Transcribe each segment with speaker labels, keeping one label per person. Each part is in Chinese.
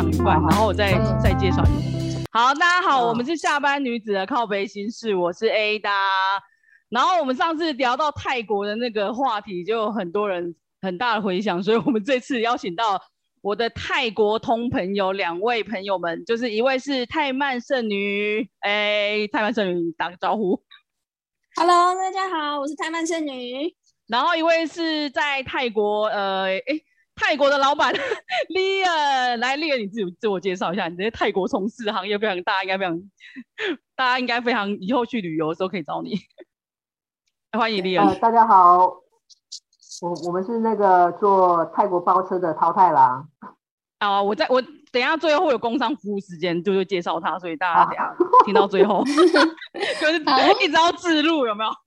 Speaker 1: 很快，
Speaker 2: 好好
Speaker 1: 然后我再
Speaker 2: 嗯
Speaker 1: 再介绍一个。好，大家好，
Speaker 2: 好
Speaker 1: 我们是下班女子的靠背心事，我是 A 哒。然后我们上次聊到泰国的那个话题，就有很多人很大的回响，所以我们这次邀请到我的泰国通朋友两位朋友们，就是一位是泰曼圣女，哎，泰曼圣女打个招呼。
Speaker 3: Hello，大家好，我是泰曼圣女。
Speaker 1: 然后一位是在泰国，呃，诶，泰国的老板 l 恩，来 l 恩，你自己自我介绍一下，你在泰国从事行业非常大，应该非常，大家应该非常以后去旅游的时候可以找你。欢迎 l
Speaker 2: 呃，
Speaker 1: 恩，
Speaker 2: 大家好，我我们是那个做泰国包车的淘太郎。
Speaker 1: 啊，我在我等一下最后会有工商服务时间，就会介绍他，所以大家等一下听到最 后，就是
Speaker 3: 好
Speaker 1: 一直要自录，有没有？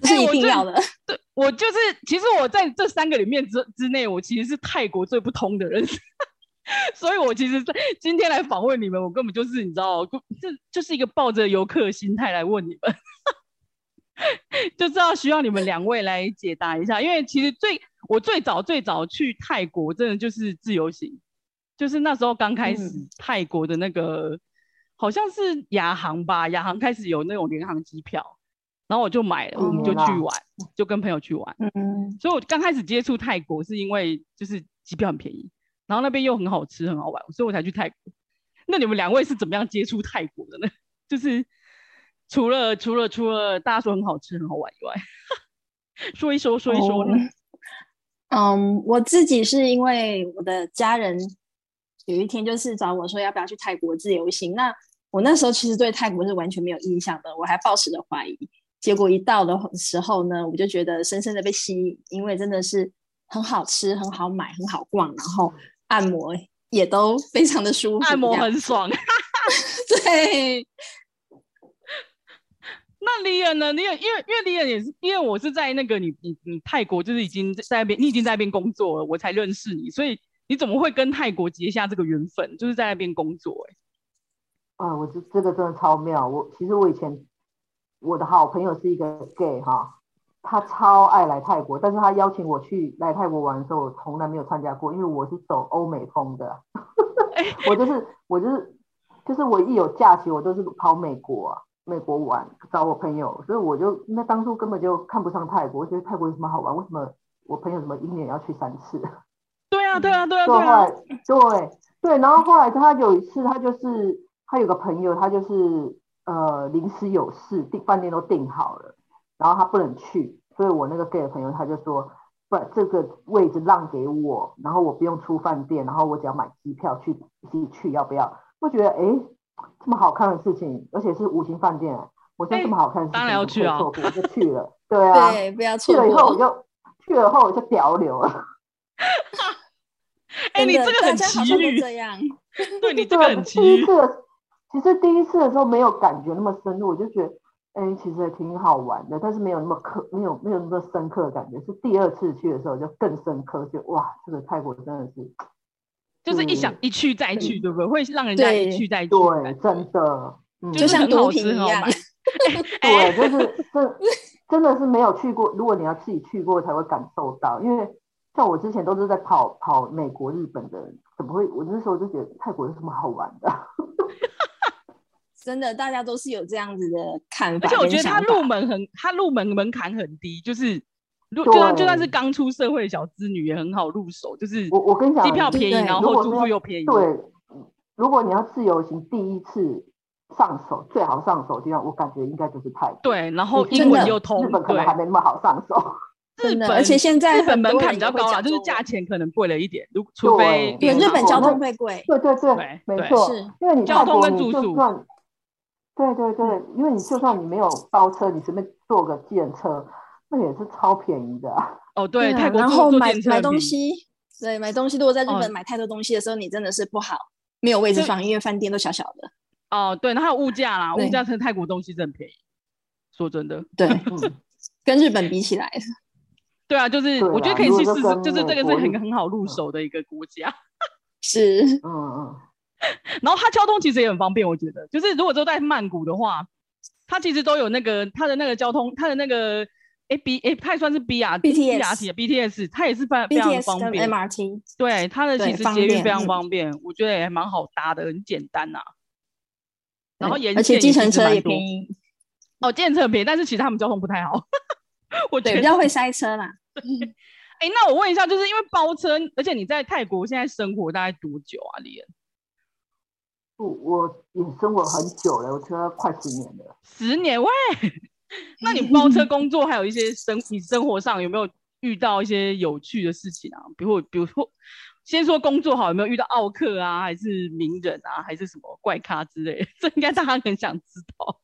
Speaker 3: 不是
Speaker 1: 哎
Speaker 3: 一
Speaker 1: 我
Speaker 3: 定
Speaker 1: 最
Speaker 3: 要的，
Speaker 1: 对我就是，其实我在这三个里面之之内，我其实是泰国最不通的人， 所以我其实在今天来访问你们，我根本就是你知道，这就是一个抱着游客心态来问你们， 就知道需要你们两位来解答一下，因为其实最我最早最早去泰国，真的就是自由行，就是那时候刚开始
Speaker 2: 嗯
Speaker 1: 泰国的那个、好像是亚航吧，亚航开始有那种联航机票，然后我就买了，我们就去
Speaker 2: 嗯
Speaker 1: 玩，就跟朋友去玩。
Speaker 3: 嗯，
Speaker 1: 所以我刚开始接触泰国是因为就是机票很便宜，然后那边又很好吃很好玩，所以我才去泰国。那你们两位是怎么样接触泰国的呢？就是除了除了除了大家说很好吃很好玩以外， 说一说说一说呢？
Speaker 3: 哦嗯，我自己是因为我的家人有一天就是找我说要不要去泰国自由行，那我那时候其实对泰国是完全没有印象的，我还抱持着怀疑。结果一到的时候呢，我就觉得深深的被吸引，因为真的是很好吃、很好买、很好逛，然后按摩也都非常的舒服，
Speaker 1: 按摩
Speaker 3: 这样
Speaker 1: 很爽。
Speaker 3: 对，
Speaker 1: 那李恩呢？李恩，因为因为李恩也是，因为我是在那个你你你泰国，就是已经在那边，你已经在那边工作了，我才认识你，所以你怎么会跟泰国结下这个缘分？就是在那边工作、欸，
Speaker 2: 啊，我这这个真的超妙。我其实我以前我的好朋友是一个 gay 哈，他超爱来泰国，但是他邀请我去来泰国玩的时候，我从来没有参加过，因为我是走欧美风的，我就是我就是就是我一有假期，我都是跑美国、啊、美国玩找我朋友，所以我就那当初根本就看不上泰国，我觉得泰国有什么好玩？为什么我朋友怎么一年要去三次？
Speaker 1: 对啊，对啊， 对啊，对
Speaker 2: 对
Speaker 1: 啊，
Speaker 2: 对对，然后后来他有一次，他就是他有个朋友，他就是呃临时有事，订饭店都订好了，然后他不能去，所以我那个 gay 的朋友他就说，不，这个位置让给我，然后我不用出饭店，然后我只要买机票去一起去，要不要？我觉得哎，诶这么好看的事情，而且是五星饭店，我说
Speaker 1: 诶
Speaker 2: 这么好看的事情，
Speaker 1: 当然要去啊
Speaker 2: 我不会错过我就去了，对啊，
Speaker 3: 对，不要
Speaker 2: 去
Speaker 3: 错
Speaker 2: 了以后我
Speaker 3: 过。
Speaker 2: 就去了以后我就屌流了。
Speaker 1: 哎、你
Speaker 3: 真
Speaker 1: 这
Speaker 3: 的
Speaker 1: 个很
Speaker 3: 大家好
Speaker 1: 奇
Speaker 3: 像都
Speaker 1: 遇，
Speaker 3: 这样。
Speaker 1: 对你这
Speaker 2: 对，
Speaker 1: 个很奇
Speaker 2: 第 一
Speaker 1: 遇
Speaker 2: 次，的，其实第一次的时候没有感觉那么深入，我就觉得，哎，其实也挺好玩的，但是没有那么刻，没有没有那么深刻的感觉。是第二次去的时候就更深刻，就哇，这个泰国真的是，
Speaker 1: 就是一想
Speaker 2: 嗯
Speaker 1: 一去再去，对不对？会让人家一
Speaker 3: 对
Speaker 1: 去再去的感
Speaker 2: 对，
Speaker 1: 觉，
Speaker 2: 真的，嗯，
Speaker 1: 就是
Speaker 3: 像
Speaker 1: 很好
Speaker 3: 毒
Speaker 1: 吃
Speaker 3: 品
Speaker 1: 很好
Speaker 3: 一样
Speaker 1: 买。哎
Speaker 2: 对，就是真真的是没有去过，如果你要自己去过才会感受到，因为像我之前都是在跑跑美国、日本的，怎么会？我那时候就觉得泰国有什么好玩的？
Speaker 3: 真的，大家都是有这样子的看
Speaker 1: 而
Speaker 3: 法
Speaker 1: 且
Speaker 3: 跟想法。
Speaker 1: 我觉得他入门很，他入门门槛很低，就是入就算
Speaker 2: 对
Speaker 1: 就算是刚出社会的小资女也很好入手，就是
Speaker 2: 我我跟你讲
Speaker 1: 机票便宜，
Speaker 3: 对
Speaker 1: 然
Speaker 2: 如
Speaker 1: 后
Speaker 2: 果
Speaker 1: 住
Speaker 2: 是
Speaker 1: 宿又便宜，
Speaker 2: 对，如果你要自由行，第一次上手最好上手的地方，我感觉应该就是泰国。
Speaker 1: 对，然后
Speaker 2: 你
Speaker 1: 英
Speaker 3: 真
Speaker 1: 文
Speaker 3: 的
Speaker 1: 又通
Speaker 2: 日本，可
Speaker 1: 对
Speaker 2: 能，还没那么好上手。
Speaker 3: 真的
Speaker 1: 本
Speaker 3: 而且现在
Speaker 1: 日本
Speaker 3: 很多
Speaker 1: 门槛比
Speaker 3: 人
Speaker 1: 较
Speaker 3: 也会
Speaker 1: 高啦，
Speaker 3: 讲
Speaker 1: 就是
Speaker 3: 中
Speaker 1: 价
Speaker 3: 文
Speaker 1: 钱可能贵了一点，如除非
Speaker 3: 对
Speaker 2: 对
Speaker 3: 日本交
Speaker 1: 啊
Speaker 2: 那
Speaker 3: 通会贵，
Speaker 2: 对对对，
Speaker 1: 对
Speaker 2: 没
Speaker 1: 对
Speaker 2: 错
Speaker 3: 是，
Speaker 2: 因为你
Speaker 1: 交
Speaker 2: 泰
Speaker 1: 通
Speaker 2: 国
Speaker 1: 跟
Speaker 2: 你
Speaker 1: 住宿嗯
Speaker 2: 就算，对对对，因为你就算你没有包车，你随便坐个计程车，那也是超便宜的啊、
Speaker 1: 哦对，
Speaker 3: 啊
Speaker 1: 泰国
Speaker 3: 然
Speaker 1: 坐
Speaker 3: 后
Speaker 1: 坐
Speaker 3: 买
Speaker 1: 电车
Speaker 3: 买
Speaker 1: 很
Speaker 3: 东
Speaker 1: 便宜
Speaker 3: 西，对，买东西，如果在日
Speaker 1: 哦
Speaker 3: 本买太多东西的时候，你真的是不好，没有位置
Speaker 1: 就
Speaker 3: 放，因为饭店都小小的。
Speaker 1: 哦对，然后还有物价啦，物
Speaker 3: 对
Speaker 1: 价是泰国东西真的很便宜，说真的。
Speaker 3: 对，
Speaker 2: 嗯，
Speaker 3: 跟日本比起来，
Speaker 1: 对啊，就是
Speaker 2: 对
Speaker 1: 我觉得
Speaker 2: 啦
Speaker 1: 可以
Speaker 2: 如
Speaker 1: 去
Speaker 2: 果
Speaker 1: 试
Speaker 2: 说
Speaker 1: 试，就
Speaker 2: 跟
Speaker 1: 是这
Speaker 2: 美
Speaker 1: 个是
Speaker 2: 国
Speaker 1: 很
Speaker 2: 比
Speaker 1: 很好
Speaker 3: 嗯
Speaker 1: 入手的一个国家。
Speaker 3: 是
Speaker 2: 嗯嗯，
Speaker 1: 然后它交通其实也很方便，我觉得，就是如果都在曼谷的话，它其实都有那个它的那个交通，它的那个哎 B 哎，它也算是 BR
Speaker 3: BTS
Speaker 1: BRT BTS，它也是非常非常
Speaker 3: BTS
Speaker 1: 方
Speaker 3: 跟
Speaker 1: 便。
Speaker 3: MRT，
Speaker 1: 对，它的
Speaker 3: 对
Speaker 1: 其实
Speaker 3: 方
Speaker 1: 捷运
Speaker 3: 便
Speaker 1: 非常
Speaker 3: 嗯
Speaker 1: 方便，我觉得也蛮好搭的，很简单呐、然后
Speaker 3: 对
Speaker 1: 沿
Speaker 3: 而且
Speaker 1: 线
Speaker 3: 计
Speaker 1: 也其
Speaker 3: 程
Speaker 1: 实
Speaker 3: 车
Speaker 1: 蛮
Speaker 3: 也
Speaker 1: 多
Speaker 3: 便宜，
Speaker 1: 哦，建车很便宜，但是其实他们交通不太好。我觉
Speaker 3: 对，
Speaker 1: 得
Speaker 3: 比较会塞车啦。
Speaker 1: 哎、那我问一下，就是因为包车，而且你在泰国现在生活大概多久啊，李恩？
Speaker 2: 不，我也生活很久了，我觉得快十年了。
Speaker 1: 十年 喂，那你包车工作还有一些生，你生活上有没有遇到一些有趣的事情啊？比如，比如说，先说工作好，有没有遇到奥克啊，还是名人啊，还是什么怪咖之类的？ 这应该大家很想知道。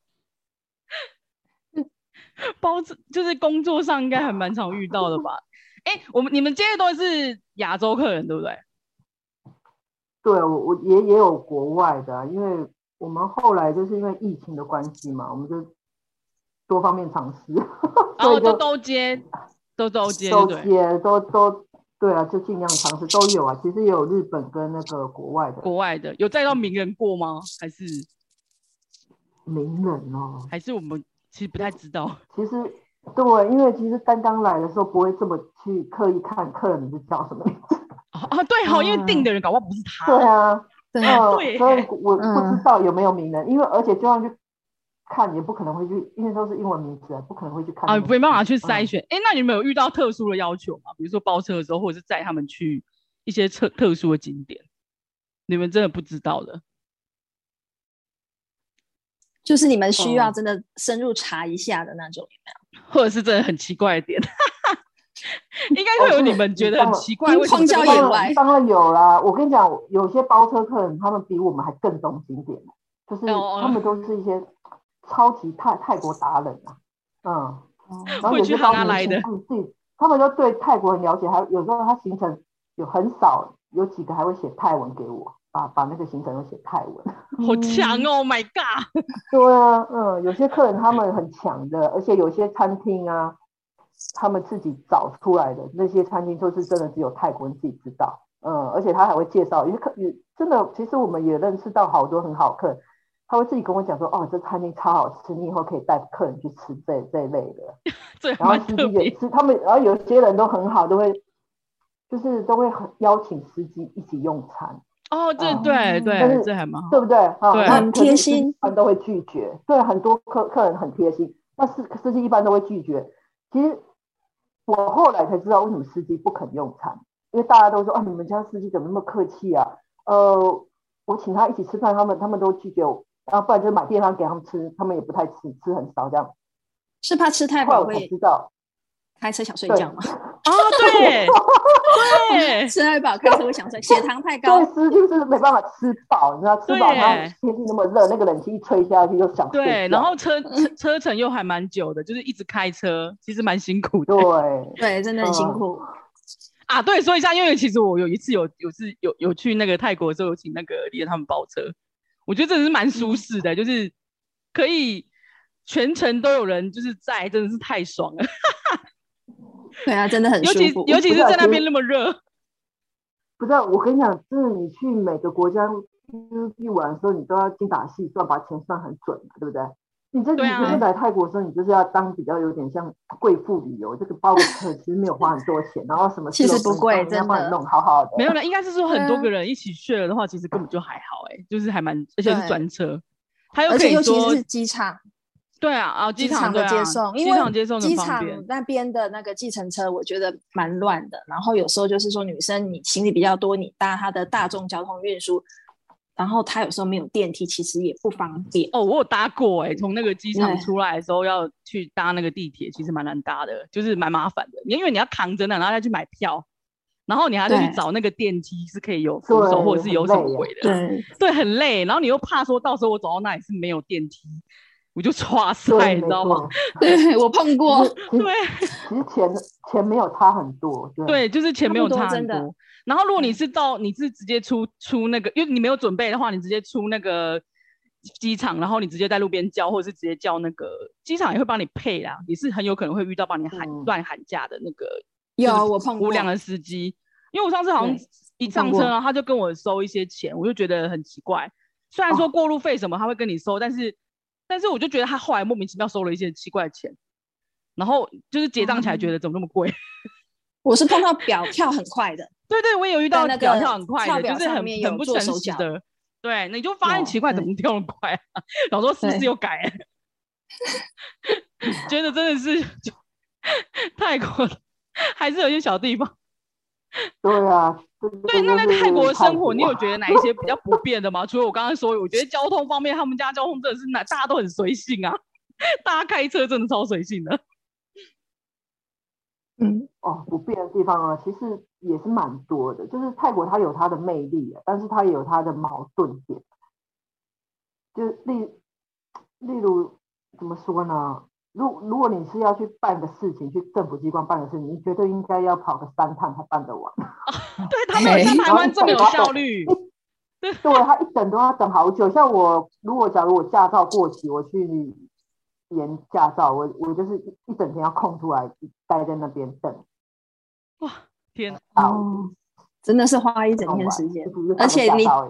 Speaker 1: 包车就是工作上应该还蛮常遇到的吧？哎、我们你们接的都是亚洲客人，对不对？
Speaker 2: 对，我我也也有国外的啊，因为我们后来就是因为疫情的关系嘛，我们就多方面尝试，
Speaker 1: 然
Speaker 2: 所
Speaker 1: 后
Speaker 2: 以就
Speaker 1: 哦都都接，都都接，
Speaker 2: 都
Speaker 1: 对不对，
Speaker 2: 接都都对啊，就尽量尝试都有啊。其实也有日本跟那个国外的
Speaker 1: 国外的有载到名人过吗？还是
Speaker 2: 名人哦，
Speaker 1: 还是我们其实不太知道？
Speaker 2: 其实对，因为其实刚刚来的时候不会这么去刻意看客人是叫什么，
Speaker 1: 啊啊，对好，因为
Speaker 3: 嗯
Speaker 1: 订的人搞不好不是他，
Speaker 2: 对啊，
Speaker 3: 对
Speaker 2: 呃
Speaker 1: 对
Speaker 2: 所以我不
Speaker 3: 嗯
Speaker 2: 知道有没有名人，因为而且就算去看也不可能会去，因为都是英文名字啊，不可能会去看
Speaker 1: 啊，
Speaker 2: 那个
Speaker 1: 没办法去
Speaker 2: 名字嗯
Speaker 1: 筛选。哎、那你们有遇到特殊的要求吗？比如说包车的时候，或者是载他们去一些特特殊的景点，你们真的不知道的。
Speaker 3: 就是你们需
Speaker 1: 哦
Speaker 3: 要
Speaker 2: 嗯
Speaker 3: 真的深入查一下的那种。
Speaker 1: 或者是真的很奇怪的点， 应该会有哦你们觉得很奇怪，
Speaker 3: 哦
Speaker 1: 为什么
Speaker 3: 你
Speaker 1: 这
Speaker 3: 到
Speaker 1: 个地方
Speaker 3: 了野
Speaker 2: 当
Speaker 3: 外
Speaker 2: 然当然有啦，我跟你讲，有些包车客人他们比我们还更懂景点，就是
Speaker 1: 哦哦
Speaker 2: 他们都是一些超级泰泰国达人啊，嗯。然后
Speaker 1: 哦会
Speaker 2: 有
Speaker 1: 去
Speaker 2: 些高
Speaker 1: 哈拉
Speaker 2: 明
Speaker 1: 来
Speaker 2: 星
Speaker 1: 的
Speaker 2: 自己自己，他们都对泰国很了解，还有有时候他行程有很少，有几个还会写泰文给我，把把那个行程都写泰文。
Speaker 1: 好强哦、m y God！
Speaker 2: 对啊，嗯，有些客人他们很强的，而且有些餐厅啊，他们自己找出来的那些餐厅都是真的只有泰国人自己知道，嗯，而且他还会介绍，有些客也真的，其实我们也认识到好多很好客人，他会自己跟我讲说，哦，这餐厅超好吃，你以后可以带客人去吃这这一类的。
Speaker 1: 这还
Speaker 2: 然后
Speaker 1: 蛮
Speaker 2: 司
Speaker 1: 特
Speaker 2: 机
Speaker 1: 别
Speaker 2: 也是，他们然后有些人都很好，都会就是都会很邀请司机一起用餐，
Speaker 1: 哦，这
Speaker 2: 嗯
Speaker 1: 对
Speaker 2: 但
Speaker 1: 对，
Speaker 2: 是
Speaker 1: 这还蛮好。
Speaker 2: 对不对？哈、
Speaker 1: 对
Speaker 2: 那
Speaker 3: 很
Speaker 2: 可是
Speaker 3: 贴
Speaker 2: 司机
Speaker 3: 心
Speaker 2: 一般都会拒绝。对，很多客客人很贴心，那司司机一般都会拒绝。其实我后来才知道为什么司机不肯用餐，因为大家都说啊，你们家司机怎么那么客气啊？呃，我请他一起吃饭，他们他们都拒绝我，然后不然就买便当给他们吃，他们也不太吃，吃很少这样。
Speaker 3: 是怕吃太
Speaker 2: 后来
Speaker 3: 饱
Speaker 2: 哦我才
Speaker 3: 会
Speaker 2: 知道，
Speaker 3: 开车想睡
Speaker 2: 对
Speaker 3: 觉吗？
Speaker 1: 啊， 对对，
Speaker 3: 吃太饱开车会想睡，血糖太
Speaker 2: 对
Speaker 3: 高，，
Speaker 2: 司机是没办法吃饱，你知道吃饱，
Speaker 1: 对
Speaker 2: 然后天气那么热，那个冷气一吹下去就想睡
Speaker 1: 对，
Speaker 2: 觉
Speaker 1: 然后车
Speaker 3: 嗯
Speaker 1: 车车程又还蛮久的，就是一直开车，其实蛮辛苦的
Speaker 2: 对，
Speaker 3: 对，真的很辛苦。
Speaker 1: 啊。对，说一下，因为其实我有一次有有是有有去那个泰国的时候，有请那个李他们包车，我觉得真的是蛮
Speaker 3: 嗯
Speaker 1: 舒适的，就是可以全程都有人就是在，真的是太爽了。
Speaker 3: 对啊，真的很
Speaker 1: 尤
Speaker 3: 舒
Speaker 1: 其
Speaker 3: 服。
Speaker 1: 尤其
Speaker 2: 不
Speaker 1: 是
Speaker 2: 是啊
Speaker 1: 在那
Speaker 2: 其
Speaker 1: 边
Speaker 2: 实
Speaker 1: 那么热，
Speaker 3: 哦
Speaker 2: 不是啊我跟你讲，就是你去每个国家去玩的时候，你都要精打细算，把钱算很准嘛，对不对？你这你
Speaker 1: 对啊
Speaker 2: 就是来泰国的时候，你就是要当比较有点像贵妇旅游，这个包个车其实没有花很多钱，然后什么
Speaker 3: 其实
Speaker 2: 事都
Speaker 3: 不贵
Speaker 2: 人家
Speaker 3: 真
Speaker 2: 帮你
Speaker 3: 的
Speaker 2: 弄好好的，
Speaker 1: 没有啦，应该是说很多
Speaker 3: 对啊
Speaker 1: 个人一起去了的话，其实根本就还好、欸，哎，就是还蛮，而且是
Speaker 3: 对
Speaker 1: 专车，还有
Speaker 3: 而
Speaker 1: 可
Speaker 3: 且
Speaker 1: 以
Speaker 3: 尤其
Speaker 1: 说
Speaker 3: 是机场，
Speaker 1: 对啊啊，机
Speaker 3: 机场
Speaker 1: 对
Speaker 3: 的接
Speaker 1: 啊
Speaker 3: 送，
Speaker 1: 机
Speaker 3: 因为
Speaker 1: 场接送很
Speaker 3: 机
Speaker 1: 方
Speaker 3: 场
Speaker 1: 便，
Speaker 3: 那边的那个计程车，我觉得蛮乱的。然后有时候就是说，女生你行李比较多，你搭她的大众交通运输，然后她有时候没有电梯，其实也不方便。
Speaker 1: 哦，我有搭过哎、从那个机场
Speaker 2: 嗯
Speaker 3: 对
Speaker 1: 出来的时候要去搭那个地铁，其实蛮难搭的，就是蛮麻烦的。你因为你要扛着那，然后再去买票，然后你还要再去
Speaker 3: 对
Speaker 1: 找那个电梯是可以有扶手
Speaker 2: 对
Speaker 1: 或者是有什么
Speaker 2: 很累耶啊
Speaker 1: 鬼的，
Speaker 3: 对，
Speaker 1: 对，很累。然后你又怕说到时候我走到那里是没有电梯，我就 唰塞，
Speaker 2: 对，
Speaker 1: 你
Speaker 2: 没
Speaker 1: 知道吗
Speaker 2: 错？。
Speaker 3: 对我碰过，
Speaker 2: 其
Speaker 1: 对
Speaker 2: 实其实钱钱没有差很多，对
Speaker 1: 对，就是钱
Speaker 3: 嗯差
Speaker 1: 没
Speaker 3: 不
Speaker 1: 有
Speaker 3: 多
Speaker 1: 差很
Speaker 3: 真的嗯
Speaker 1: 多。然后如果你是到你是直接出出那个，因为你没有准备的话，你直接出那个机场，然后你直接在路边叫，或者是直接叫那个机场也会帮你配啦，也是很有可能会遇到帮你喊、
Speaker 2: 嗯
Speaker 1: 乱喊价的那个
Speaker 3: 有我碰
Speaker 1: 无
Speaker 3: 过
Speaker 1: 良的司机。因为我上次好像
Speaker 3: 对
Speaker 1: 一
Speaker 3: 我
Speaker 1: 上车，
Speaker 3: 碰过
Speaker 1: 然后他就跟我收一些钱，我就觉得很奇怪。虽然说
Speaker 3: 哦
Speaker 1: 过路费什么他会跟你收，但是但是我就觉得他后来莫名其妙收了一些奇怪的钱。然后就是结
Speaker 3: 哦
Speaker 1: 账起来觉得怎么那么贵？
Speaker 3: 我是碰到表跳很快的，
Speaker 1: 对对，我也有遇到
Speaker 3: 在那个
Speaker 1: 表跳很快
Speaker 3: 跳
Speaker 1: 的，
Speaker 3: 表
Speaker 1: 就是
Speaker 3: 上
Speaker 1: 很
Speaker 3: 面有
Speaker 1: 很不
Speaker 3: 做
Speaker 1: 诚
Speaker 3: 手
Speaker 1: 实
Speaker 3: 脚
Speaker 1: 的。对，你就发现
Speaker 3: 有
Speaker 1: 奇怪，怎么跳那么快啊？ 然后说是不是
Speaker 3: 对
Speaker 1: 又改了？ 觉得真的是泰国还是有些小地方。
Speaker 2: 对啊，这
Speaker 1: 对，
Speaker 2: 这
Speaker 1: 那
Speaker 2: 就
Speaker 1: 在
Speaker 2: 是
Speaker 1: 泰国生活，
Speaker 2: 国
Speaker 1: 你有觉得哪一些比较不便的吗？ 除了我刚刚说，我觉得交通方面，他们家交通真的是哪大家都很随性啊， 大家开车真的超随性 的。
Speaker 3: 嗯，
Speaker 2: 哦，不变的地方啊，其实也是蛮多的。就是泰国它有它的魅力、啊，但是它也有它的矛盾点。就例例如怎么说呢？如如果你是要去办个事情，去政府机关办个事情，你绝对应该要跑个三趟才办得完。
Speaker 1: 对他们有像
Speaker 3: 哎
Speaker 1: 台湾这么有效率，
Speaker 2: 对啊他一等都要等好久。像我，如果假如我驾照过期，我去延驾照，我我就是一一整天要空出来待在那边等
Speaker 1: 天哪！
Speaker 2: 到。
Speaker 3: 哦，真的是花一整
Speaker 2: 弄
Speaker 3: 天
Speaker 2: 完
Speaker 3: 时间
Speaker 2: 就，不是
Speaker 3: 而且
Speaker 2: 放个
Speaker 3: 你
Speaker 2: 假到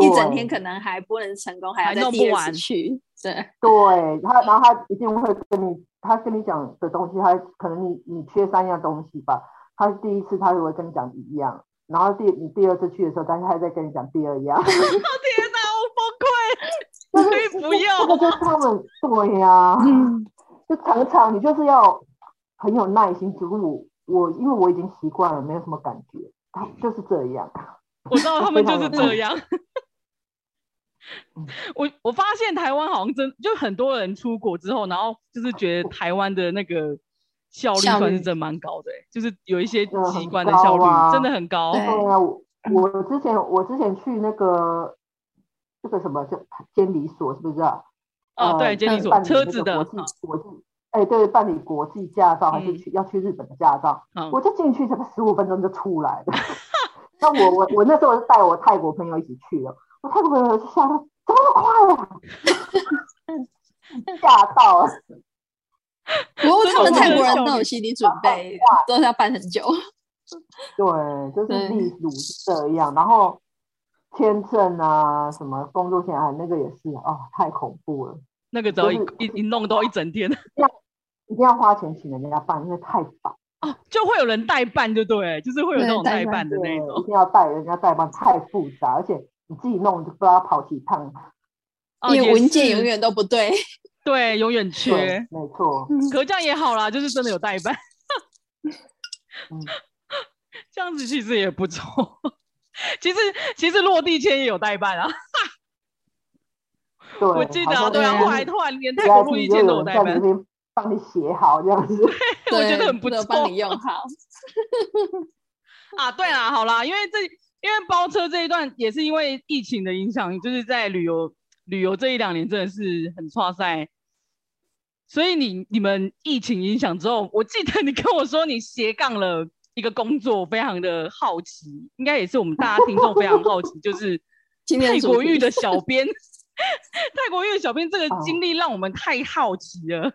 Speaker 3: 一整天
Speaker 2: 对
Speaker 3: 可能还不能成功，还
Speaker 1: 还
Speaker 3: 要再
Speaker 1: 弄
Speaker 3: 第
Speaker 1: 不
Speaker 3: 二
Speaker 1: 完
Speaker 3: 次去。对，
Speaker 2: 对他，然后他一定会跟你，他跟你讲的东西，他可能你你缺三样东西吧，他第一次他就会跟你讲一样，然后第你第二次去的时候，但是他还在跟你讲第二 样，
Speaker 1: 天哪，我崩溃，可以不
Speaker 2: 这个
Speaker 1: 要。
Speaker 2: 就是他们对呀、
Speaker 3: 嗯，
Speaker 2: 就常常你就是要很有耐心，只不过我我因为我已经习惯了，没有什么感觉，他就是这样，
Speaker 1: 我知道他们就是
Speaker 2: 非常有
Speaker 1: 这样
Speaker 2: 嗯。
Speaker 1: 我我发现台湾好像真就很多人出国之后，然后就是觉得台湾的那个效率
Speaker 3: 效
Speaker 1: 算是
Speaker 3: 率
Speaker 1: 真的蛮高的欸、就是有一些
Speaker 2: 嗯很
Speaker 1: 习惯的效率
Speaker 2: 高啊
Speaker 1: 真的很高。
Speaker 3: 对嗯
Speaker 2: 对啊，我我之前我之前去那个这个什么叫监理所，是不是啊？
Speaker 1: 哦，
Speaker 2: 呃
Speaker 1: 对，监理
Speaker 2: 办
Speaker 1: 所
Speaker 2: 办理
Speaker 1: 车
Speaker 2: 那
Speaker 1: 子
Speaker 2: 个
Speaker 1: 的，哦
Speaker 2: 国际国际，哎，对，办理国际驾照还是
Speaker 1: 嗯
Speaker 2: 去要去日本的驾照，
Speaker 1: 嗯
Speaker 2: 我就进去，这个十五分钟就出来了。 那我我我那时候是带我泰国朋友一起去的，我泰国朋友就吓到，怎么那么快啊？ 吓到了，
Speaker 3: 不过
Speaker 1: 真
Speaker 3: 他
Speaker 1: 的我觉
Speaker 3: 们泰
Speaker 1: 得
Speaker 3: 国人
Speaker 1: 效
Speaker 3: 都
Speaker 1: 率
Speaker 3: 有心理准备，都是要办很 久。
Speaker 2: 对，就是
Speaker 3: 对
Speaker 2: 例如是这样，然后签证啊，什么工作签啊，那个也是哦，太恐怖了，
Speaker 1: 那个只要一
Speaker 2: 就是
Speaker 1: 一一弄都一整天
Speaker 2: 一定要花钱请人家办，因为太烦。
Speaker 1: 哦，就会有人代办，就对，就是会有那
Speaker 3: 对
Speaker 1: 种代
Speaker 3: 代
Speaker 1: 办
Speaker 3: 办
Speaker 1: 的那
Speaker 2: 对，一
Speaker 1: 种。
Speaker 2: 定要带人家代办，太复杂，而且你自己弄就不知道跑几趟。
Speaker 1: 哦
Speaker 3: 因
Speaker 1: 也
Speaker 3: 为文件
Speaker 1: 是
Speaker 3: 永远都不 对。
Speaker 1: 对，永远
Speaker 2: 对
Speaker 1: 缺，。
Speaker 2: 没错，
Speaker 3: 嗯
Speaker 1: 可这样也好啦，就是真的有代办，
Speaker 2: 嗯
Speaker 1: 这样子其实也不错。 其实其实落地签也有代办啊，
Speaker 2: 对，
Speaker 1: 我记得
Speaker 2: 好
Speaker 1: 啊，
Speaker 2: 像
Speaker 1: 对啊，
Speaker 3: 是
Speaker 1: 后来突然连泰国落
Speaker 2: VIP
Speaker 1: 地
Speaker 2: 就
Speaker 1: 签都
Speaker 2: 有
Speaker 1: 有
Speaker 2: 人
Speaker 1: 代
Speaker 2: 在
Speaker 1: 办
Speaker 2: 那，边帮你写好这样子。
Speaker 1: 我觉
Speaker 3: 对
Speaker 1: 得很不
Speaker 3: 都有
Speaker 1: 错
Speaker 3: 帮你用 好。
Speaker 1: 啊，对啦，好啦，因为这因为包车这一段也是因为疫情的影响，就是在旅游旅游这一两年真的是很差赛，所以你你们疫情影响之后，我记得你跟我说你斜杠了一个工作，我非常的好奇，应该也是我们大家听众非常好 奇，就是
Speaker 3: 今天
Speaker 1: 泰
Speaker 3: 的主
Speaker 1: 国
Speaker 3: 题
Speaker 1: 玉的小编，泰国玉的小编这个
Speaker 2: 哦
Speaker 1: 经历让我们太好奇了，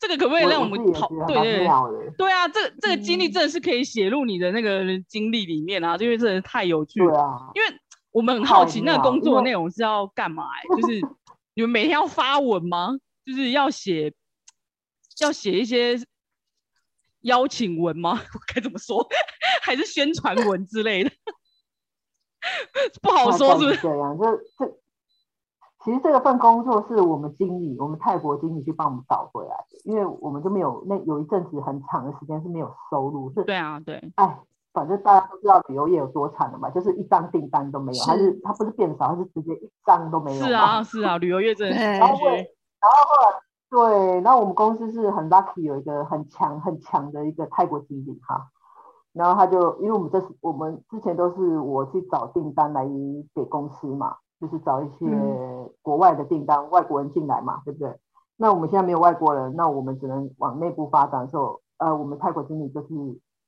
Speaker 1: 这个可不可以让
Speaker 2: 我
Speaker 1: 我们
Speaker 2: 自己也
Speaker 1: 讨
Speaker 2: 觉得
Speaker 1: 对
Speaker 2: 蛮
Speaker 1: 对对
Speaker 2: 妙的。
Speaker 1: 对啊，这个这个经历
Speaker 3: 嗯
Speaker 1: 真的是可以写入你的那个经历里面啊，因为真的是太有趣
Speaker 2: 对
Speaker 1: 了。
Speaker 2: 啊，
Speaker 1: 因为我们很好奇
Speaker 2: 太
Speaker 1: 那个
Speaker 2: 妙
Speaker 1: 工作
Speaker 2: 因为
Speaker 1: 内容是要干嘛、欸，就是你们每天要发文吗？就是要写要写一些邀请文吗？ 我该怎么说？还是宣传文之类的？不好
Speaker 2: 那
Speaker 1: 说，
Speaker 2: 感
Speaker 1: 是不
Speaker 2: 觉
Speaker 1: 是？
Speaker 2: 这样？这这其实这份工作是我们经理，我们泰国经理去帮我们找回来的，因为我们就没有那有一阵子很长的时间是没有收入，是
Speaker 1: 对啊，对，
Speaker 2: 哎，反正大家都知道旅游业有多惨了嘛，就是一张订单都没有，
Speaker 3: 是
Speaker 2: 还是它不是变少，它是直接一张都没有。
Speaker 1: 是啊，，是啊，旅游业真的
Speaker 3: 对
Speaker 1: 是
Speaker 2: 哎然
Speaker 1: 感
Speaker 2: 后我，
Speaker 1: 觉
Speaker 2: 然后后来对，然后我们公司是很 lucky 有一个很强很强的一个泰国经理哈，然后他就因为我们这是我们之前都是我去找订单来给公司嘛，就是找一些
Speaker 3: 嗯
Speaker 2: 国外的订单，外国人进来嘛，对不对？那我们现在没有外国人，那我们只能往内部发展的时候，呃，我们泰国经理就是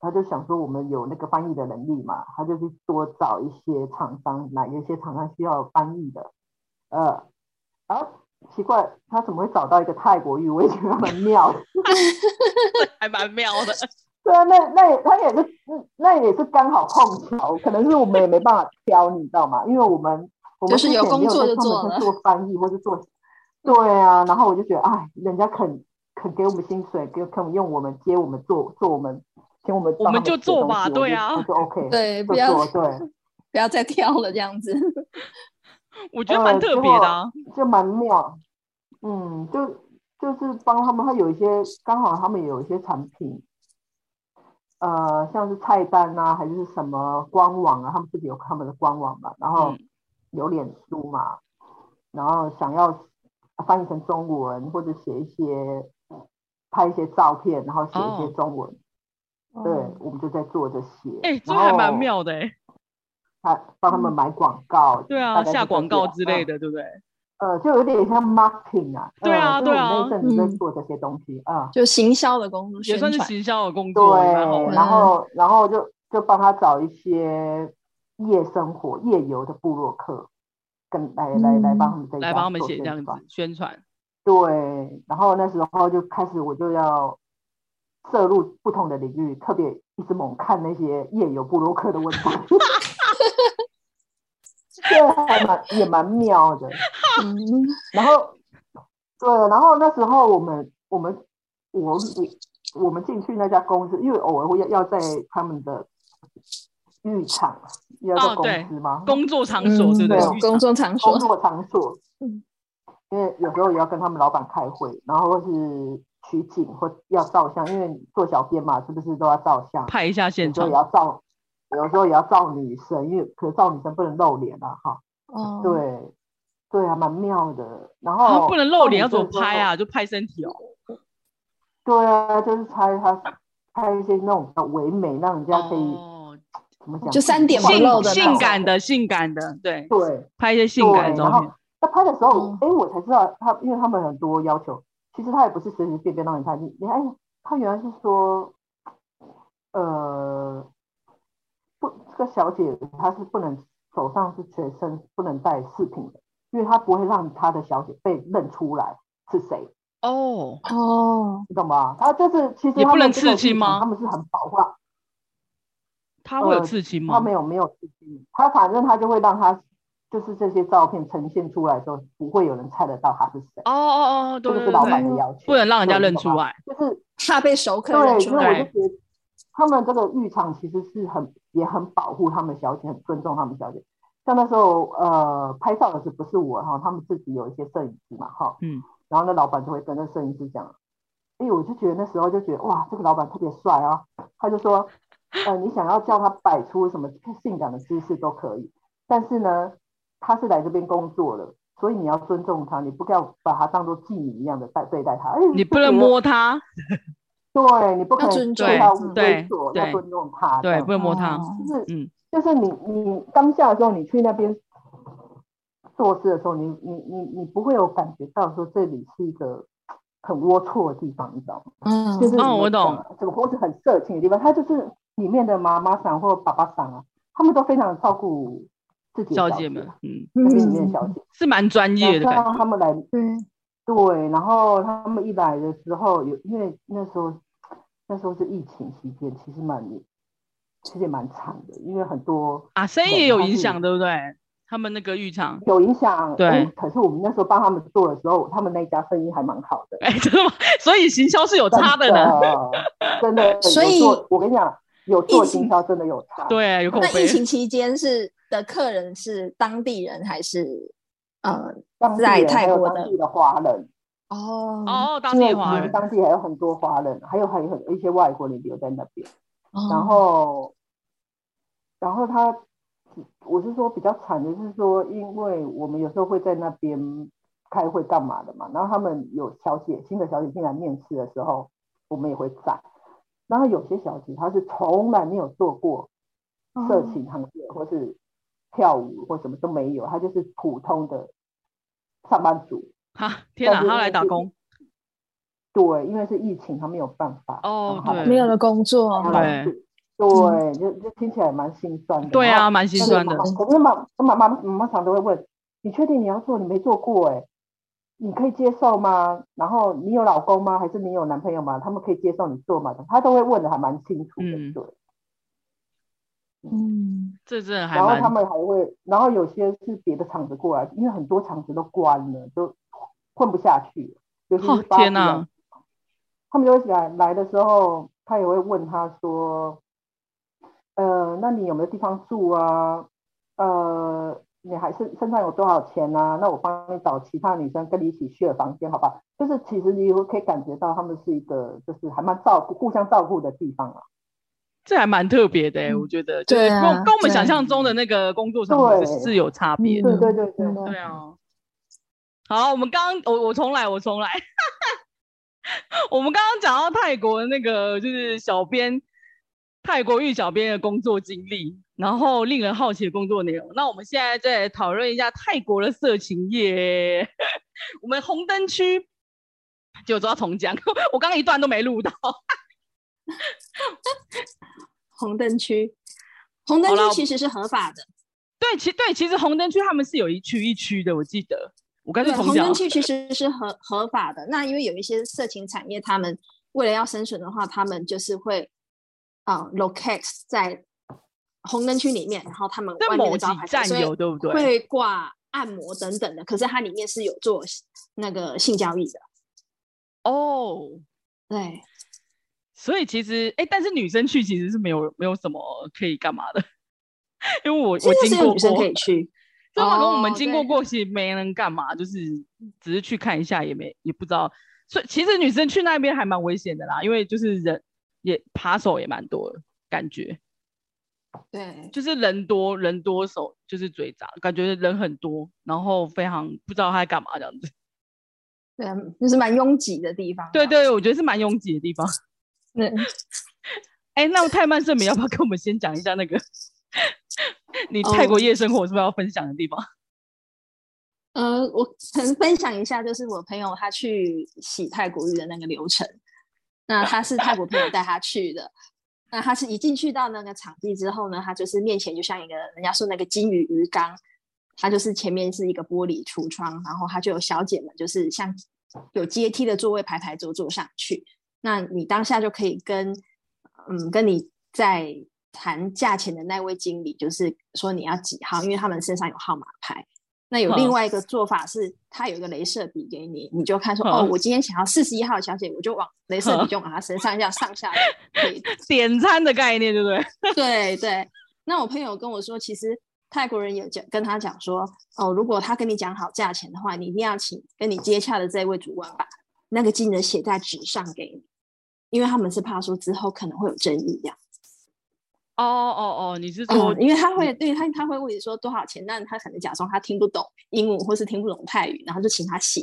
Speaker 2: 他就想说我们有那个翻译的能力嘛，他就去多找一些厂商，哪有一些厂商需要翻译的，呃，啊，奇怪，他怎么会找到一个泰国语？我也觉得蛮妙的。
Speaker 1: 还蛮妙的。
Speaker 2: 对啊，那那也他也是，嗯那也是刚好碰巧，可能是我们也没办法挑，你知道吗？因为我们我们
Speaker 3: 就是有
Speaker 2: 之前也
Speaker 3: 工作
Speaker 2: 在
Speaker 3: 就
Speaker 2: 专门
Speaker 3: 做
Speaker 2: 在
Speaker 3: 了
Speaker 2: 做翻译或是做，对啊，然后我就觉得，哎，人家肯肯给我们薪水，给肯用我们接我们做做我们，请我们
Speaker 1: 我
Speaker 2: 帮
Speaker 1: 们
Speaker 2: 他
Speaker 1: 就
Speaker 2: 写
Speaker 1: 做
Speaker 2: 东
Speaker 1: 吧
Speaker 2: 西我
Speaker 1: 对
Speaker 2: 就
Speaker 1: 啊
Speaker 2: 我就 OK，
Speaker 3: 对，
Speaker 2: 就
Speaker 3: 不要
Speaker 2: 做对。
Speaker 3: 不要再挑了，这样子。
Speaker 1: 我觉得蛮
Speaker 2: 呃
Speaker 1: 特
Speaker 2: 结
Speaker 1: 别的、
Speaker 2: 果
Speaker 1: 啊。
Speaker 2: 就蛮妙。嗯，就就是帮他们，他有一些刚好他们有一些产品，呃，像是菜单啊，还是什么官网啊，他们自己有他们的官网嘛，然后
Speaker 1: 嗯
Speaker 2: 有脸书嘛，然后想要翻译成中文或者写一些拍一些照片，然后写一
Speaker 1: 哦
Speaker 2: 些中文，对
Speaker 3: 哦，
Speaker 2: 我们就在做这些，
Speaker 1: 哎、这
Speaker 2: 然
Speaker 1: 还蛮
Speaker 2: 后
Speaker 1: 妙的哎、
Speaker 2: 还帮他们买广告，
Speaker 1: 对
Speaker 2: 大
Speaker 1: 啊，
Speaker 2: 概是
Speaker 1: 下
Speaker 2: 这
Speaker 1: 广告
Speaker 2: 样
Speaker 1: 之
Speaker 2: 嗯
Speaker 1: 类的，对不对？
Speaker 2: 呃，就有点像 marketing 啊，
Speaker 1: 对啊
Speaker 2: 呃就是
Speaker 1: 对啊
Speaker 2: 我们那一阵子在
Speaker 3: 嗯
Speaker 2: 做这些东西啊，
Speaker 3: 就行销的工作，
Speaker 1: 也
Speaker 3: 宣
Speaker 1: 算是
Speaker 3: 传。
Speaker 1: 行销的工
Speaker 2: 对
Speaker 1: 作，也蛮好玩的。啊
Speaker 2: 然后然后就就帮他找一些夜生活、夜游的部落客，跟来来来帮他们在
Speaker 1: 嗯来
Speaker 2: 家
Speaker 1: 帮他们
Speaker 2: 做
Speaker 1: 写这
Speaker 2: 宣
Speaker 1: 样子
Speaker 2: 传
Speaker 1: 宣传。
Speaker 2: 对，然后那时候就开始我就要涉入不同的领域，特别一直猛看那些夜游部落客的文章， 这还蛮也蛮妙的。
Speaker 3: 嗯，
Speaker 2: 然后，对，然后那时候我们我们我我我们进去那家公司，因为偶尔会要要在他们的浴场，要
Speaker 1: 哦
Speaker 2: 在公
Speaker 1: 对
Speaker 2: 司吗？
Speaker 1: 工作场所，对
Speaker 3: 嗯
Speaker 1: 不
Speaker 2: 对
Speaker 1: 对？
Speaker 3: 工作场
Speaker 2: 工
Speaker 3: 所，
Speaker 2: 作场所，
Speaker 3: 嗯
Speaker 2: 因为有时候也要跟他们老板开会，然后或是取景或要照相，因为做小编嘛，是不是都要照相？
Speaker 1: 拍一下现
Speaker 2: 有时候
Speaker 1: 场
Speaker 2: 也，要照，有时候也要照女生，因为可是照女生不能露脸啊，哈。
Speaker 3: 哦，
Speaker 2: 对，对啊，蛮妙的。然
Speaker 1: 然
Speaker 2: 后
Speaker 1: 啊后不能露脸，要
Speaker 2: 到
Speaker 1: 怎么
Speaker 2: 你这时候
Speaker 1: 拍啊？就拍身体哦。
Speaker 2: 对啊，就是拍他拍一些那种比较唯美，让人家可以、
Speaker 1: 哦，
Speaker 2: 怎么讲，
Speaker 3: 就三点
Speaker 2: 自己
Speaker 3: 裸露
Speaker 1: 性
Speaker 3: 的那
Speaker 2: 知道
Speaker 3: 种
Speaker 1: 性感的，性感的，对，
Speaker 2: 对
Speaker 1: 拍一些性感
Speaker 2: 对，
Speaker 1: 的
Speaker 2: 然
Speaker 1: 照
Speaker 2: 后
Speaker 1: 片。
Speaker 2: 他拍的时候
Speaker 3: 嗯，
Speaker 2: 哎、我才知道他，因为他们很多要求，其实他也不是随随便便让你拍，你你哎，他原来是说，呃，不，这个小姐她是不能手上是全身不能带饰品的，因为她不会让她的小姐被认出来是谁。
Speaker 1: 哦，
Speaker 3: 哦，
Speaker 2: 你懂吗？他就是其实
Speaker 1: 也
Speaker 2: 他
Speaker 1: 不
Speaker 2: 们
Speaker 1: 能
Speaker 2: 这个
Speaker 1: 刺青
Speaker 2: 剧场
Speaker 1: 吗
Speaker 2: 他们是很保护啊他，
Speaker 1: 他会有
Speaker 2: 呃
Speaker 1: 刺青
Speaker 2: 他
Speaker 1: 吗？
Speaker 2: 没有没有刺青，他反正他就会让他就是这些照片呈现出来的时候，不会有人猜得到他是谁，
Speaker 1: 哦哦哦，
Speaker 2: 这
Speaker 1: 对
Speaker 2: 就
Speaker 1: 对
Speaker 2: 是老板
Speaker 1: 对，
Speaker 2: 的要求，
Speaker 1: 不能让人家认出啊
Speaker 2: 来。
Speaker 1: 来。
Speaker 2: 就是
Speaker 3: 怕被熟客认
Speaker 2: 对，
Speaker 3: 出
Speaker 2: 所以我
Speaker 3: 来。
Speaker 2: 就觉得他们这个浴场其实是很也很保护他们小姐，很尊重他们小姐。像那时候呃拍照的是不是我哈，他们自己有一些摄影师嘛哈，
Speaker 1: 嗯，
Speaker 2: 然后那老板就会跟那摄影师讲，哎，我就觉得那时候就觉得哇，这个老板特别帅啊，他就说，呃，你想要叫他摆出什么性感的姿势都可以，但是呢，他是来这边工作的。所以你要尊重他，你不要把他当做妓女一样的待对待他。哎，
Speaker 1: 你
Speaker 2: 就
Speaker 1: 不
Speaker 2: 觉
Speaker 1: 能
Speaker 2: 得
Speaker 1: 摸他，
Speaker 2: 对你不可
Speaker 3: 要
Speaker 2: 能
Speaker 3: 尊
Speaker 2: 对
Speaker 1: 重
Speaker 2: 他
Speaker 1: 对
Speaker 2: 猥琐，
Speaker 1: 对
Speaker 2: 要尊重他。这
Speaker 1: 对，
Speaker 2: 样
Speaker 1: 不能摸他。
Speaker 3: 哦
Speaker 2: 就是
Speaker 1: 嗯，
Speaker 2: 就是你你当下的时候，你去那边做事的时候，你你你你不会有感觉到说这里是一个很龌龊的地方，你知道吗？
Speaker 3: 嗯，
Speaker 2: 就是
Speaker 1: 哦我
Speaker 2: 怎么
Speaker 1: 懂
Speaker 2: 讲，怎么或是很色情的地方，它就是里面的妈妈桑或爸爸桑啊，他们都非常照顾自己的
Speaker 1: 小
Speaker 2: 姐
Speaker 1: 姐们，嗯，
Speaker 2: 那边里面的小
Speaker 3: 嗯
Speaker 2: 姐，
Speaker 1: 是蛮专业的
Speaker 2: 然
Speaker 1: 感觉。
Speaker 2: 后让他们来
Speaker 3: 对，
Speaker 2: 对，然后他们一来的时候，有因为那时候那时候是疫情期间，其实蛮其实也蛮惨的，因为很多
Speaker 1: 啊，生意也有影
Speaker 2: 他
Speaker 1: 响，对不对？他们那个浴场，
Speaker 2: 有影响。
Speaker 1: 对
Speaker 2: 哎可是我们那时候帮他们做的时候，他们那一家生意还蛮好的，
Speaker 1: 哎，真的吗？所以行销是有差的
Speaker 2: 真
Speaker 1: 呢。
Speaker 2: 的，真的有
Speaker 3: 所以
Speaker 2: 做我跟你讲，有做
Speaker 3: 疫情
Speaker 2: 经销真的有差。
Speaker 1: 对，有口
Speaker 3: 那
Speaker 1: 碑
Speaker 3: 疫。情期间是的客人是当地人还是呃
Speaker 2: 当地
Speaker 3: 在
Speaker 2: 人
Speaker 3: 泰
Speaker 2: 还有
Speaker 3: 国
Speaker 2: 当
Speaker 3: 的
Speaker 2: 地的华人，
Speaker 3: 哦
Speaker 1: 哦，当
Speaker 2: 因为
Speaker 1: 地
Speaker 2: 其
Speaker 1: 华
Speaker 2: 实
Speaker 1: 人，
Speaker 2: 当地还有很多华人，还有还有很一些外国人留在那边。
Speaker 3: 哦
Speaker 2: 然后，然后他，我是说比较惨的是说，因为我们有时候会在那边开会干嘛的嘛，然后他们有小姐新的小姐进来面试的时候，我们也会在。然后有些小姐她是从来没有做过
Speaker 3: 哦
Speaker 2: 色情行业，或是跳舞或什么都没有，她就是普通的上班族。
Speaker 1: 哈，天哪，
Speaker 2: 但是
Speaker 1: 他
Speaker 2: 因
Speaker 1: 来
Speaker 2: 为
Speaker 1: 打
Speaker 2: 是
Speaker 1: 工，
Speaker 2: 对，因为是疫情，她没有办法。
Speaker 1: 哦
Speaker 2: 然后
Speaker 1: 对
Speaker 3: 没有了工作
Speaker 2: 她，来住哦对，就就听起来蛮心酸的。
Speaker 1: 对
Speaker 2: 然后
Speaker 1: 啊，蛮心酸的
Speaker 2: 但。是妈妈可是妈妈妈妈妈常都会问，你确定你要做？你没做过哎、你可以接受吗？然后你有老公吗？还是你有男朋友吗？他们可以接受你做吗？他都会问的还蛮清楚的，
Speaker 1: 嗯
Speaker 2: 对。
Speaker 3: 嗯，
Speaker 1: 这真的还
Speaker 2: 然后
Speaker 1: 蛮
Speaker 2: 他们还会，然后有些是别的厂子过来，因为很多厂子都关了，都混不下去了。尤其
Speaker 1: 哦
Speaker 2: 是巴
Speaker 1: 天
Speaker 2: 西啊
Speaker 1: 哪
Speaker 2: 他们就会来来的时候，他也会问他说，呃，那你有没有地方住啊？呃，你还是身上有多少钱啊？那我帮你找其他女生跟你一起 share 房间，好吧？就是其实你可以感觉到他们是一个就是还蛮照顾、互相照顾的地方啊。
Speaker 1: 这还蛮特别的、欸，
Speaker 2: 嗯
Speaker 1: 我觉得，就是
Speaker 3: 对
Speaker 1: 跟
Speaker 3: 啊
Speaker 1: 我跟我们
Speaker 3: 对
Speaker 1: 想象中的那个工作场合是
Speaker 2: 对
Speaker 1: 是有差别的。
Speaker 2: 对对对对，
Speaker 3: 嗯真的
Speaker 1: 对啊，好，我们刚刚我我重来，我重来。 我们刚刚讲到泰国的那个，就是小编泰国玉小编的工作经历，然后令人好奇的工作内容。那我们现在再来讨论一下泰国的色情业。 我们红灯区就抓重讲， 我刚刚一段都没录到。
Speaker 3: 红灯区，红
Speaker 1: 好
Speaker 3: 灯
Speaker 1: 啦
Speaker 3: 区其实是合法的。
Speaker 1: 对，其对，其实红灯区他们是有一区一区的，我记得。我刚才
Speaker 3: 对，
Speaker 1: 重
Speaker 3: 红
Speaker 1: 讲
Speaker 3: 灯，区其实是合合法的。那因为有一些色情产业，他们为了要生存的话，他们就是会啊、呃 locate 在红灯区里面，然后他们
Speaker 1: 在
Speaker 3: 外面
Speaker 1: 某
Speaker 3: 的
Speaker 1: 几
Speaker 3: 招牌
Speaker 1: 站
Speaker 3: 所以
Speaker 1: 有，对不对？
Speaker 3: 会挂按摩等等的，可是它里面是有做那个性交易的。
Speaker 1: 哦，
Speaker 3: 对，
Speaker 1: 所以其实，哎、但是女生去其实是没有没有什么可以干嘛的， 因为我我
Speaker 3: 现
Speaker 1: 经
Speaker 3: 在是
Speaker 1: 过
Speaker 3: 有
Speaker 1: 过，
Speaker 3: 女生可以去。
Speaker 1: 这话跟我们
Speaker 3: 哦
Speaker 1: 经过
Speaker 3: 对
Speaker 1: 过，其实没人干嘛，就是只是去看一下，也没也不知道。所以其实女生去那边还蛮危险的啦，因为就是人也扒手也蛮多的，感觉
Speaker 3: 对，
Speaker 1: 就是人多人多手就是嘴杂，感觉人很多，然后非常不知道他在干嘛这样子。
Speaker 3: 对，啊就是蛮拥挤的地方。啊
Speaker 1: 对，对，我觉得是蛮拥挤的地方。
Speaker 3: 嗯，
Speaker 1: 哎、那泰曼圣美要不要跟我们先讲一下那个你泰国
Speaker 3: 哦
Speaker 1: 夜生活是不是要分享的地方？
Speaker 3: 呃，我可能分享一下，就是我朋友他去洗泰国浴的那个流程。那他是泰国朋友 带他去的。那他是一进去到那个场地之后呢，他就是面前就像一个人家说那个金鱼鱼缸，他就是前面是一个玻璃橱窗，然后他就有小姐们，就是像有阶梯的座位排排坐坐上去。那你当下就可以跟嗯跟你在谈价钱的那位经理，就是说你要几号，因为他们身上有号码牌。那有另
Speaker 1: 嗯
Speaker 3: 外一个做法是，他有一个镭射笔给你，你就看说哦
Speaker 1: 嗯，
Speaker 3: 我今天想要四十一号小姐，我就往镭射笔
Speaker 1: 嗯
Speaker 3: 就往她身上这样上下可以
Speaker 1: 点餐的概念，对不对？
Speaker 3: 对对，那我朋友跟我说，其实泰国人也讲跟他讲说，哦，如果他跟你讲好价钱的话，你一定要请跟你接洽的这位主管把那个金额写在纸上给你，因为他们是怕说之后可能会有争议呀、
Speaker 1: 哦哦哦，你是说、
Speaker 3: 嗯，因为他会对他他会问你说多少钱，那他可能假装他听不懂英文或是听不懂泰语，然后就请他写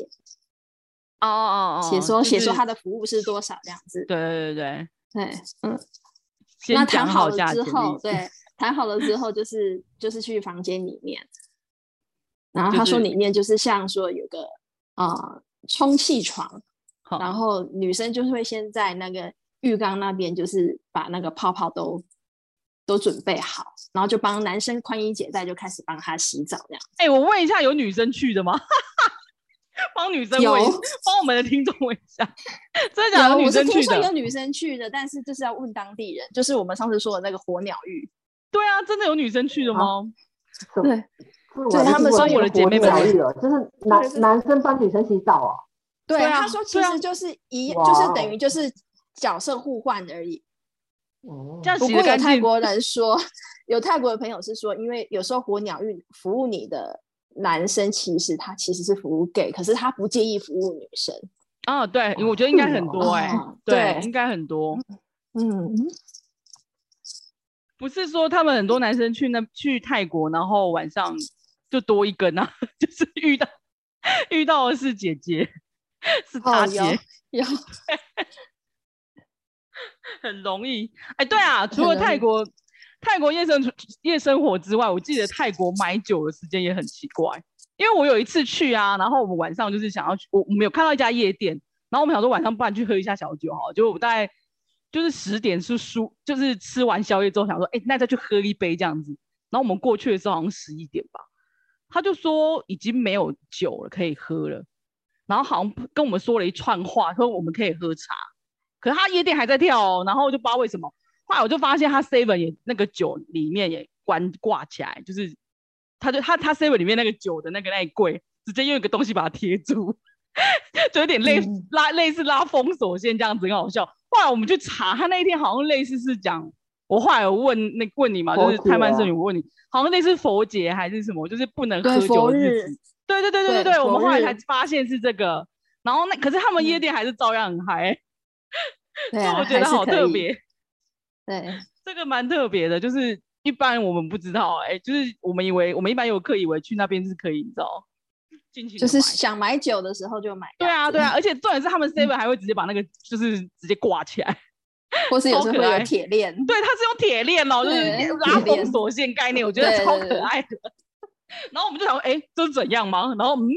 Speaker 1: 哦哦哦，
Speaker 3: 写说
Speaker 1: 就
Speaker 3: 写说
Speaker 1: 是
Speaker 3: 他的服务是多少这样子。
Speaker 1: 对对对对，
Speaker 3: 对，嗯，
Speaker 1: 先
Speaker 3: 那
Speaker 1: 讲
Speaker 3: 谈好
Speaker 1: 价
Speaker 3: 了之
Speaker 1: 钱的意
Speaker 3: 后，
Speaker 1: 思，
Speaker 3: 对，谈好了之后就是就是去房间里面，然后
Speaker 1: 就
Speaker 3: 他说
Speaker 1: 是
Speaker 3: 里面就是像说有个呃充气床，
Speaker 1: 好
Speaker 3: 然后女生就是会先在那个浴缸那边就是把那个泡泡都都准备好，然后就帮男生宽衣解带，就开始帮他洗澡这样。
Speaker 1: 哎、我问一下，有女生去的吗？ 帮女生问一下
Speaker 3: 有，
Speaker 1: 帮我们的听众问一下，真的假的？啊
Speaker 3: 有啊
Speaker 1: 女
Speaker 3: 我是
Speaker 1: 生
Speaker 3: 听
Speaker 1: 去
Speaker 3: 说有
Speaker 1: 的？
Speaker 3: 女生去的，但是就是要问当地人，就是我们上次说的那个火鸟浴。
Speaker 1: 对啊，真的有女生去的
Speaker 3: 啊
Speaker 1: 吗？
Speaker 2: 什么
Speaker 3: 对，
Speaker 2: 这
Speaker 3: 对他们
Speaker 2: 我
Speaker 3: 说
Speaker 2: 听
Speaker 1: 我的姐妹们
Speaker 2: 疗愈了，啊就是男
Speaker 3: 对是
Speaker 2: 男生帮女生洗澡哦。
Speaker 3: 对，
Speaker 1: 对啊
Speaker 3: 他说其
Speaker 1: 对啊
Speaker 3: 实就是一，
Speaker 2: 哇
Speaker 3: 就是等
Speaker 2: 哦
Speaker 3: 于就是角色互换而已。
Speaker 2: 哦
Speaker 1: 这样
Speaker 3: 不
Speaker 1: 洗
Speaker 3: 过
Speaker 1: 的
Speaker 3: 有
Speaker 1: 干
Speaker 3: 泰
Speaker 1: 净，
Speaker 3: 国人说，有泰国的朋友是说，因为有时候火鸟浴服务你的男生，其实他其实是服务 gay，可是他不介意服务女生。
Speaker 1: 啊，对，我觉得应该
Speaker 2: 是
Speaker 1: 很
Speaker 2: 哦
Speaker 1: 多哎、
Speaker 3: 啊
Speaker 1: 对，
Speaker 3: 对
Speaker 1: 应该很多。
Speaker 3: 嗯，
Speaker 1: 不是说他们很多男生去那去泰国，然后晚上就多一根啊， 就是遇到遇到的是姐姐，是大
Speaker 3: 哦，
Speaker 1: 姐，
Speaker 3: 有有，
Speaker 1: 很容易。哎，对啊，除了
Speaker 3: 很容易
Speaker 1: 泰国泰国夜生活夜生活之外，我记得泰国买酒的时间也很奇怪，因为我有一次去啊，然后我们晚上就是想要去，我我们有看到一家夜店，然后我们想说晚上不然去喝一下小酒好了，结果我们大概就是十点是输，就是吃完宵夜之后想说，哎、那再去喝一杯这样子。然后我们过去的时候好像十一点吧，他就说已经没有酒了可以喝了，然后好像跟我们说了一串话，说我们可以喝茶，可是他夜店还在跳哦，然后我就不知道为什么。后来我就发现他 seven 也那个酒里面也关挂起来，就是他就他他 seven 里面那个酒的那个那一柜，直接用一个东西把它贴住， 就有点类、
Speaker 3: 嗯
Speaker 1: 拉类似拉封锁线这样子，很好笑。后来我们去查，他那一天好像类似是讲，我后来有问那问你嘛，就
Speaker 2: 佛
Speaker 1: 是
Speaker 2: 节
Speaker 1: 开曼
Speaker 2: 啊
Speaker 1: 圣女，我问你，好像类似佛节还是什么，就是不能喝 酒
Speaker 3: 对，佛
Speaker 1: 的
Speaker 3: 日
Speaker 1: 日子。对对对对
Speaker 3: 对
Speaker 1: 对，我们
Speaker 3: 佛
Speaker 1: 后来
Speaker 3: 日
Speaker 1: 才发现是这个。然后那可是他们夜
Speaker 3: 嗯
Speaker 1: 店还是照样很嗨、
Speaker 3: 对
Speaker 1: 所以
Speaker 3: 啊，
Speaker 1: 我觉得
Speaker 3: 还是
Speaker 1: 好
Speaker 3: 可
Speaker 1: 特
Speaker 3: 以。
Speaker 1: 别。
Speaker 3: 对，
Speaker 1: 这个蛮特别的，就是一般我们不知道、哎，就是我们以为我们一般游客以为去那边是可以，你知道，尽情地
Speaker 3: 就是嗯
Speaker 1: 买
Speaker 3: 想买酒的时候就买。
Speaker 1: 对啊对啊，，而且重点是他们 seven 还会直接把那个就是直接挂起来，
Speaker 3: 或是有时候
Speaker 1: 超可
Speaker 3: 会
Speaker 1: 爱
Speaker 3: 有铁链。
Speaker 1: 对，它是用铁链哦，就是
Speaker 3: 对
Speaker 1: 拉
Speaker 3: 铁链
Speaker 1: 封锁线概念，我觉得
Speaker 3: 对对
Speaker 1: 超可
Speaker 3: 对
Speaker 1: 爱的。然后我们就想说，哎、这是怎样吗？然后嗯，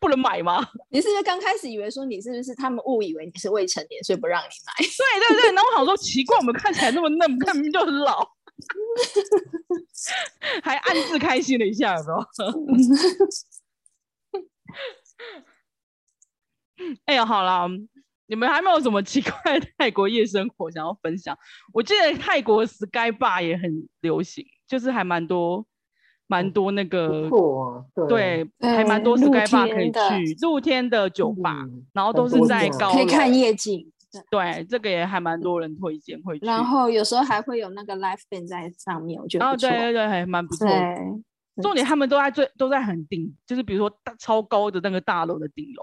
Speaker 1: 不能买吗？
Speaker 3: 你是不是刚开始以为说你是不是他们误以为你是未成年，所以不让你买？
Speaker 1: 对对对，然后我想说奇怪，我们看起来那么嫩，看明就很老， 还暗自开心了一下，有哦没有？ 哎呀，好啦，你们还没有什么奇怪的泰国夜生活想要分享？我记得泰国 Sky Bar 也很流行，就是还蛮多蛮多那
Speaker 2: 不
Speaker 1: 个
Speaker 2: 错啊，对
Speaker 1: 对，
Speaker 3: 对
Speaker 1: 还蛮多
Speaker 3: 嗯露
Speaker 1: Sky Bar 可以
Speaker 3: 天的
Speaker 1: 去露天的酒吧，
Speaker 2: 嗯
Speaker 1: 然后都
Speaker 2: 很
Speaker 1: 是
Speaker 2: 多
Speaker 1: 在
Speaker 2: 的
Speaker 1: 高
Speaker 3: 可以看
Speaker 1: 楼
Speaker 3: 夜景，
Speaker 1: 对，这个也还蛮多人推荐会去。
Speaker 3: 然后有时候还会有那个 live band 在上面，我觉得
Speaker 1: 哦，
Speaker 3: 不错。
Speaker 1: 对对对，还蛮不错的。
Speaker 3: 对
Speaker 1: 重点他们都在最都在很顶，就是比如说大超高的那个大楼的顶楼，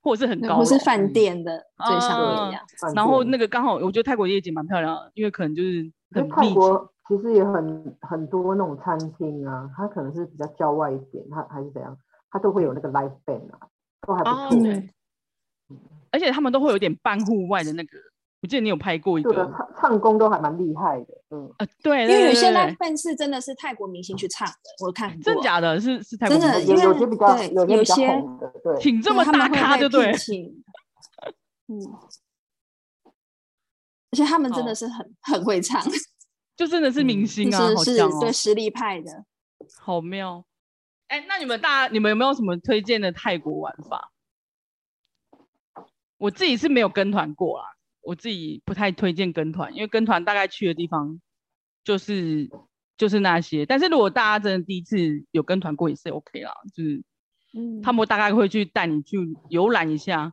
Speaker 1: 或者是很
Speaker 3: 对，
Speaker 1: 高
Speaker 3: 或是
Speaker 1: 楼
Speaker 3: 饭
Speaker 2: 嗯
Speaker 3: 店的最上面
Speaker 1: 啊
Speaker 3: 这样。
Speaker 2: 饭
Speaker 1: 然后
Speaker 2: 店
Speaker 1: 那个刚好，我觉得泰国夜景蛮漂亮的，因为可能就是
Speaker 2: 可
Speaker 1: 很
Speaker 2: 是泰
Speaker 1: 密集。
Speaker 2: 国其实也很很多那种餐厅啊，它可能是比较郊外一点，它还是怎样，它都会有那个 live band 啊，都还不
Speaker 1: 哦
Speaker 2: 错。
Speaker 3: 嗯
Speaker 1: 对而且他们都会有点半户外的那个，我记得你有拍过一
Speaker 2: 对
Speaker 1: 个
Speaker 2: 的，唱唱功都还蛮厉害的，嗯，
Speaker 1: 呃，对，
Speaker 3: 因为有些
Speaker 1: 对对对
Speaker 3: live band 是真的是泰国明星去唱的，我看过。
Speaker 1: 真假的，是是泰国
Speaker 3: 真的
Speaker 1: 吗
Speaker 2: 有
Speaker 3: 因为
Speaker 2: 有些比较
Speaker 3: 对
Speaker 2: 有些
Speaker 3: 有
Speaker 2: 比较
Speaker 3: 些
Speaker 2: 红的，对，
Speaker 1: 请这
Speaker 3: 对
Speaker 1: 么
Speaker 3: 他们
Speaker 1: 大
Speaker 3: 会
Speaker 1: 咖
Speaker 3: 被
Speaker 1: 就对
Speaker 3: 聘，请嗯，而且他们真
Speaker 1: 好
Speaker 3: 的是很很会唱，
Speaker 1: 就真的是明
Speaker 2: 嗯
Speaker 1: 星哦啊，
Speaker 3: 就
Speaker 1: 好
Speaker 3: 是是
Speaker 1: 强
Speaker 3: 对
Speaker 1: 哦，
Speaker 3: 实力派的。
Speaker 1: 好妙。哎，那你们大家你们有没有什么推荐的泰国玩法？我自己是没有跟团过啦，我自己不太推荐跟团，因为跟团大概去的地方就是就是那些。但是如果大家真的第一次有跟团过也是 OK 啦，就是
Speaker 3: 嗯，
Speaker 1: 他们大概会去带你去游览一下。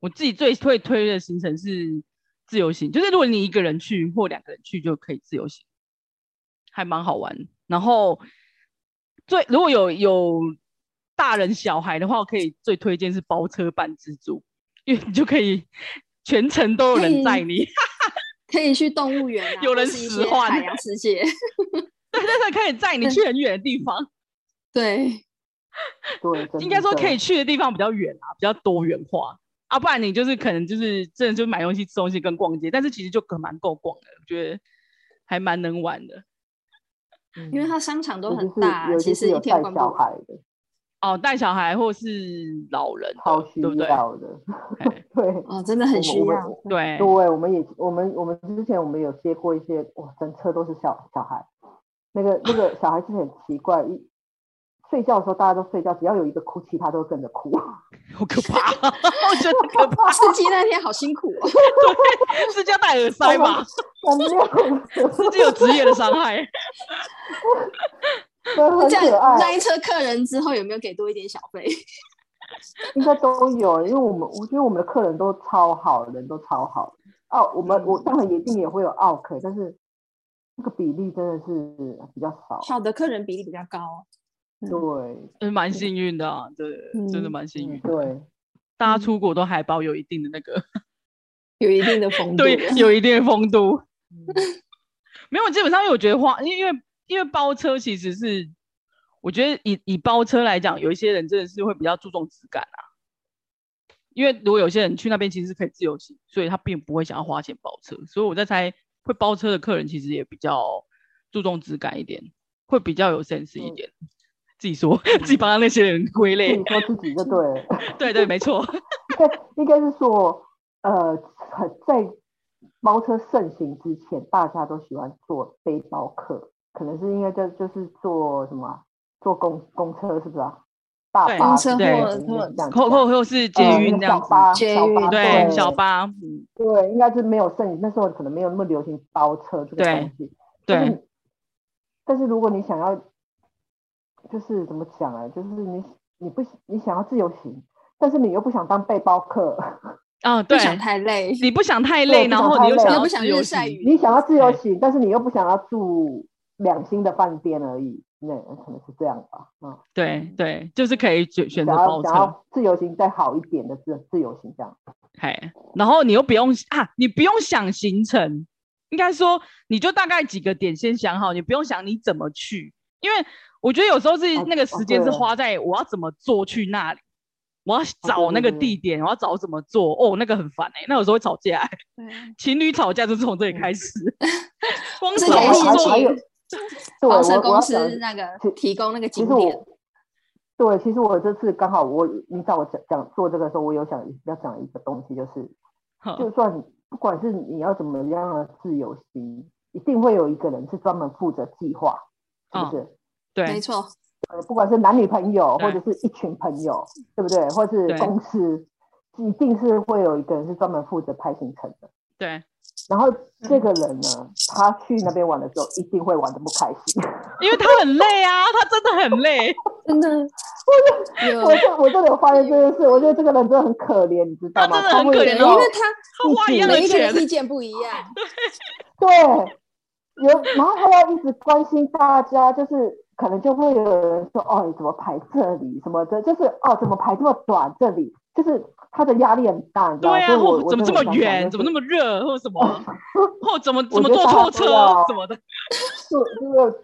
Speaker 1: 我自己最会推的行程是自由行，就是如果你一个人去或两个人去就可以自由行，还蛮好玩。然后最如果有有大人小孩的话，我可以最推荐是包车办自助，因为你就可以全程都有人载你，
Speaker 3: 可以去动物园、啊，
Speaker 1: 有
Speaker 3: 或
Speaker 1: 人
Speaker 3: 是一
Speaker 1: 使
Speaker 3: 些
Speaker 1: 唤
Speaker 3: 海洋世界。
Speaker 1: 对对对，可以载你去很远的地方。
Speaker 3: 对，
Speaker 2: 对，真
Speaker 1: 应该说
Speaker 2: 的
Speaker 1: 可以去的地方比较远啊，比较多元化啊，不然你就是可能就是真的就买东西、吃东西跟逛街，但是其实就可蛮够逛的，我觉得还蛮能玩的
Speaker 3: 因为
Speaker 2: 嗯
Speaker 3: 它商场都
Speaker 2: 尤其
Speaker 3: 很
Speaker 2: 是
Speaker 3: 大
Speaker 2: 尤，
Speaker 3: 其
Speaker 2: 其
Speaker 3: 实
Speaker 2: 是
Speaker 3: 一
Speaker 2: 有
Speaker 3: 天
Speaker 2: 带
Speaker 3: 逛不
Speaker 2: 小
Speaker 3: 完。
Speaker 2: 孩的，
Speaker 1: 哦。带小孩或是老人的
Speaker 2: 超需
Speaker 1: 对不对？
Speaker 2: 要的，
Speaker 1: 哎
Speaker 2: 对。
Speaker 3: 哦，真的很需
Speaker 2: 我们
Speaker 3: 要。
Speaker 2: 我
Speaker 1: 对
Speaker 2: 对，我们也我们我们之前我们有接过一些，哇，整车都是小小孩，那个那个小孩是很奇怪，一睡觉的时候大家都睡觉，只要有一个哭泣，他都会跟着哭。
Speaker 1: 好可怕，啊我觉得很可怕，
Speaker 3: 司机那天好辛苦 哦，
Speaker 1: 是叫戴耳塞吧？
Speaker 2: 很妙，
Speaker 1: 自己有职业的伤害。
Speaker 2: 真 的很
Speaker 3: 这
Speaker 2: 可
Speaker 3: 样那
Speaker 2: 爱，
Speaker 3: 一车客人之后有没有给多一点小费？
Speaker 2: 应该都有，因为我们我觉得我们的客人都超好，人都超好。哦，我们
Speaker 3: 嗯
Speaker 2: 我当然一定也会有奥客，但是那个比例真的是比较少。
Speaker 3: 好的客人比例比较高哦。
Speaker 2: 对，
Speaker 1: 嗯，蛮幸运的、啊，对，真的蛮幸运
Speaker 2: 嗯
Speaker 1: 的。
Speaker 2: 对，
Speaker 1: 大家出国都还保有一定的那个，
Speaker 3: 有一定的风度。
Speaker 1: 对，有一定的风度。
Speaker 2: 嗯
Speaker 1: 没有，基本上因为我觉得花，因为因为因为包车其实是，我觉得以以包车来讲，有一些人真的是会比较注重质感啊。因为如果有些人去那边其实是可以自由行，所以他并不会想要花钱包车，所以我在猜会包车的客人其实也比较注重质感一点，会比较有 sense 一
Speaker 2: 嗯
Speaker 1: 点。自己说，自己帮他那些人归
Speaker 2: 自
Speaker 1: 类
Speaker 2: 己，说自己就对了。
Speaker 1: 对对，没错，
Speaker 2: 应该应该是说，呃，很在包车盛行之前，大家都喜欢坐背包客，可能是应该就就是坐什么啊坐公公车是不是啊？大
Speaker 1: 对
Speaker 2: 巴
Speaker 1: 公
Speaker 2: 之
Speaker 3: 车
Speaker 2: 类
Speaker 1: 或
Speaker 2: 的
Speaker 3: 或
Speaker 2: 这样
Speaker 1: 后
Speaker 2: 讲
Speaker 1: 后后是捷
Speaker 2: 呃
Speaker 1: 运
Speaker 2: 那
Speaker 1: 这
Speaker 2: 个
Speaker 1: 样
Speaker 2: 小
Speaker 1: 子，
Speaker 2: 巴
Speaker 3: 捷
Speaker 2: 小巴
Speaker 3: 运
Speaker 1: 对
Speaker 2: 对
Speaker 1: 小巴，嗯，
Speaker 2: 对，应该是没有盛行，那时候可能没有那么流行包车这个
Speaker 1: 对
Speaker 2: 东西。但
Speaker 1: 对
Speaker 2: 是，但是如果你想要，就是怎么讲啊，就是你你不你想要自由行，但是你又不想当背包客，
Speaker 1: 啊，
Speaker 3: 不
Speaker 1: 对，
Speaker 3: 想太累，
Speaker 1: 你不想太
Speaker 2: 对
Speaker 1: 累，
Speaker 2: 不
Speaker 1: 然
Speaker 2: 想
Speaker 1: 后
Speaker 2: 太
Speaker 1: 你又
Speaker 2: 累
Speaker 1: 想
Speaker 2: 又
Speaker 1: 要
Speaker 3: 不想
Speaker 1: 自由
Speaker 3: 日晒
Speaker 1: 行
Speaker 3: 雨
Speaker 2: 你想要自由
Speaker 1: 对
Speaker 2: 行，但是你又不想要住两星的饭店而已，那可能是这样吧。嗯，
Speaker 1: 对对，就是可以选选择
Speaker 2: 想
Speaker 1: 包
Speaker 2: 要想
Speaker 1: 车，
Speaker 2: 要自由行再好一点的自自由行这样。
Speaker 1: 哎，然后你又不用啊，你不用想行程，应该说你就大概几个点先想好，你不用想你怎么去，因为我觉得有时候是
Speaker 2: 哦
Speaker 1: 那个
Speaker 2: 哦
Speaker 1: 时间是
Speaker 2: 对
Speaker 1: 花在我要怎么做去那里，我要找那个
Speaker 2: 对对
Speaker 1: 地点，我要找怎么做，哦，那个很烦哎、那有时候会吵架、
Speaker 3: 对
Speaker 1: 情侣吵架就是从这里开 始，光
Speaker 3: 这
Speaker 1: 找
Speaker 3: 个
Speaker 2: 还
Speaker 3: 也是
Speaker 1: 工
Speaker 2: 还
Speaker 1: 作
Speaker 2: 还有
Speaker 3: 情，
Speaker 2: 对，我
Speaker 3: 包车
Speaker 2: 我要
Speaker 3: 公
Speaker 2: 讲的
Speaker 3: 司
Speaker 2: 是
Speaker 3: 那个
Speaker 2: 其
Speaker 3: 提供那个
Speaker 2: 其
Speaker 3: 景
Speaker 2: 实
Speaker 3: 点，
Speaker 2: 我，对，其实我这次刚好我你找我讲讲做这个时候，我有想要讲一个东西，就是
Speaker 1: 哼
Speaker 2: 就算不管是你要怎么样的自由行，一定会有一个人是专门负责计划，是不
Speaker 1: 啊
Speaker 2: 是？
Speaker 3: 没
Speaker 1: 对
Speaker 3: 错，
Speaker 2: 呃，不管是男女朋友，
Speaker 1: 对
Speaker 2: 或者是一群朋友，对不对？或是
Speaker 1: 对
Speaker 2: 公司，一定是会有一个人是专门负责排行程的。
Speaker 1: 对，
Speaker 2: 然后
Speaker 1: 嗯
Speaker 2: 这个人呢，他去那边玩的时候，一定会玩的不开心。
Speaker 1: 因为他很累啊，他真的很 累，
Speaker 3: 真的， 有
Speaker 2: 我这我真的有发现这件事，我觉得这个人真的很可怜，你知道吗？
Speaker 1: 他真的很
Speaker 2: 会
Speaker 1: 可
Speaker 2: 有
Speaker 1: 怜哦
Speaker 3: 对，
Speaker 1: 然
Speaker 2: 那
Speaker 3: 因
Speaker 1: 后
Speaker 2: 种
Speaker 3: 为他
Speaker 1: 他花一样的
Speaker 3: 每一个
Speaker 1: 钱
Speaker 3: 人，意见不一 样，
Speaker 2: 对，有，然后他要一直关心大家，就是可能就会有人说，哦，你怎么排这里什么的，就是哦，怎么排这么短，这里就是他的压力很大，你知道吗？
Speaker 1: 对啊，
Speaker 2: 所以我
Speaker 1: 或怎么这么远，怎么那
Speaker 2: 么
Speaker 1: 么热，或什 么，或怎么怎
Speaker 2: 我
Speaker 1: 么
Speaker 2: 觉得
Speaker 1: 坐
Speaker 2: 大家
Speaker 1: 错
Speaker 2: 都要
Speaker 1: 车什么 的，
Speaker 2: 就是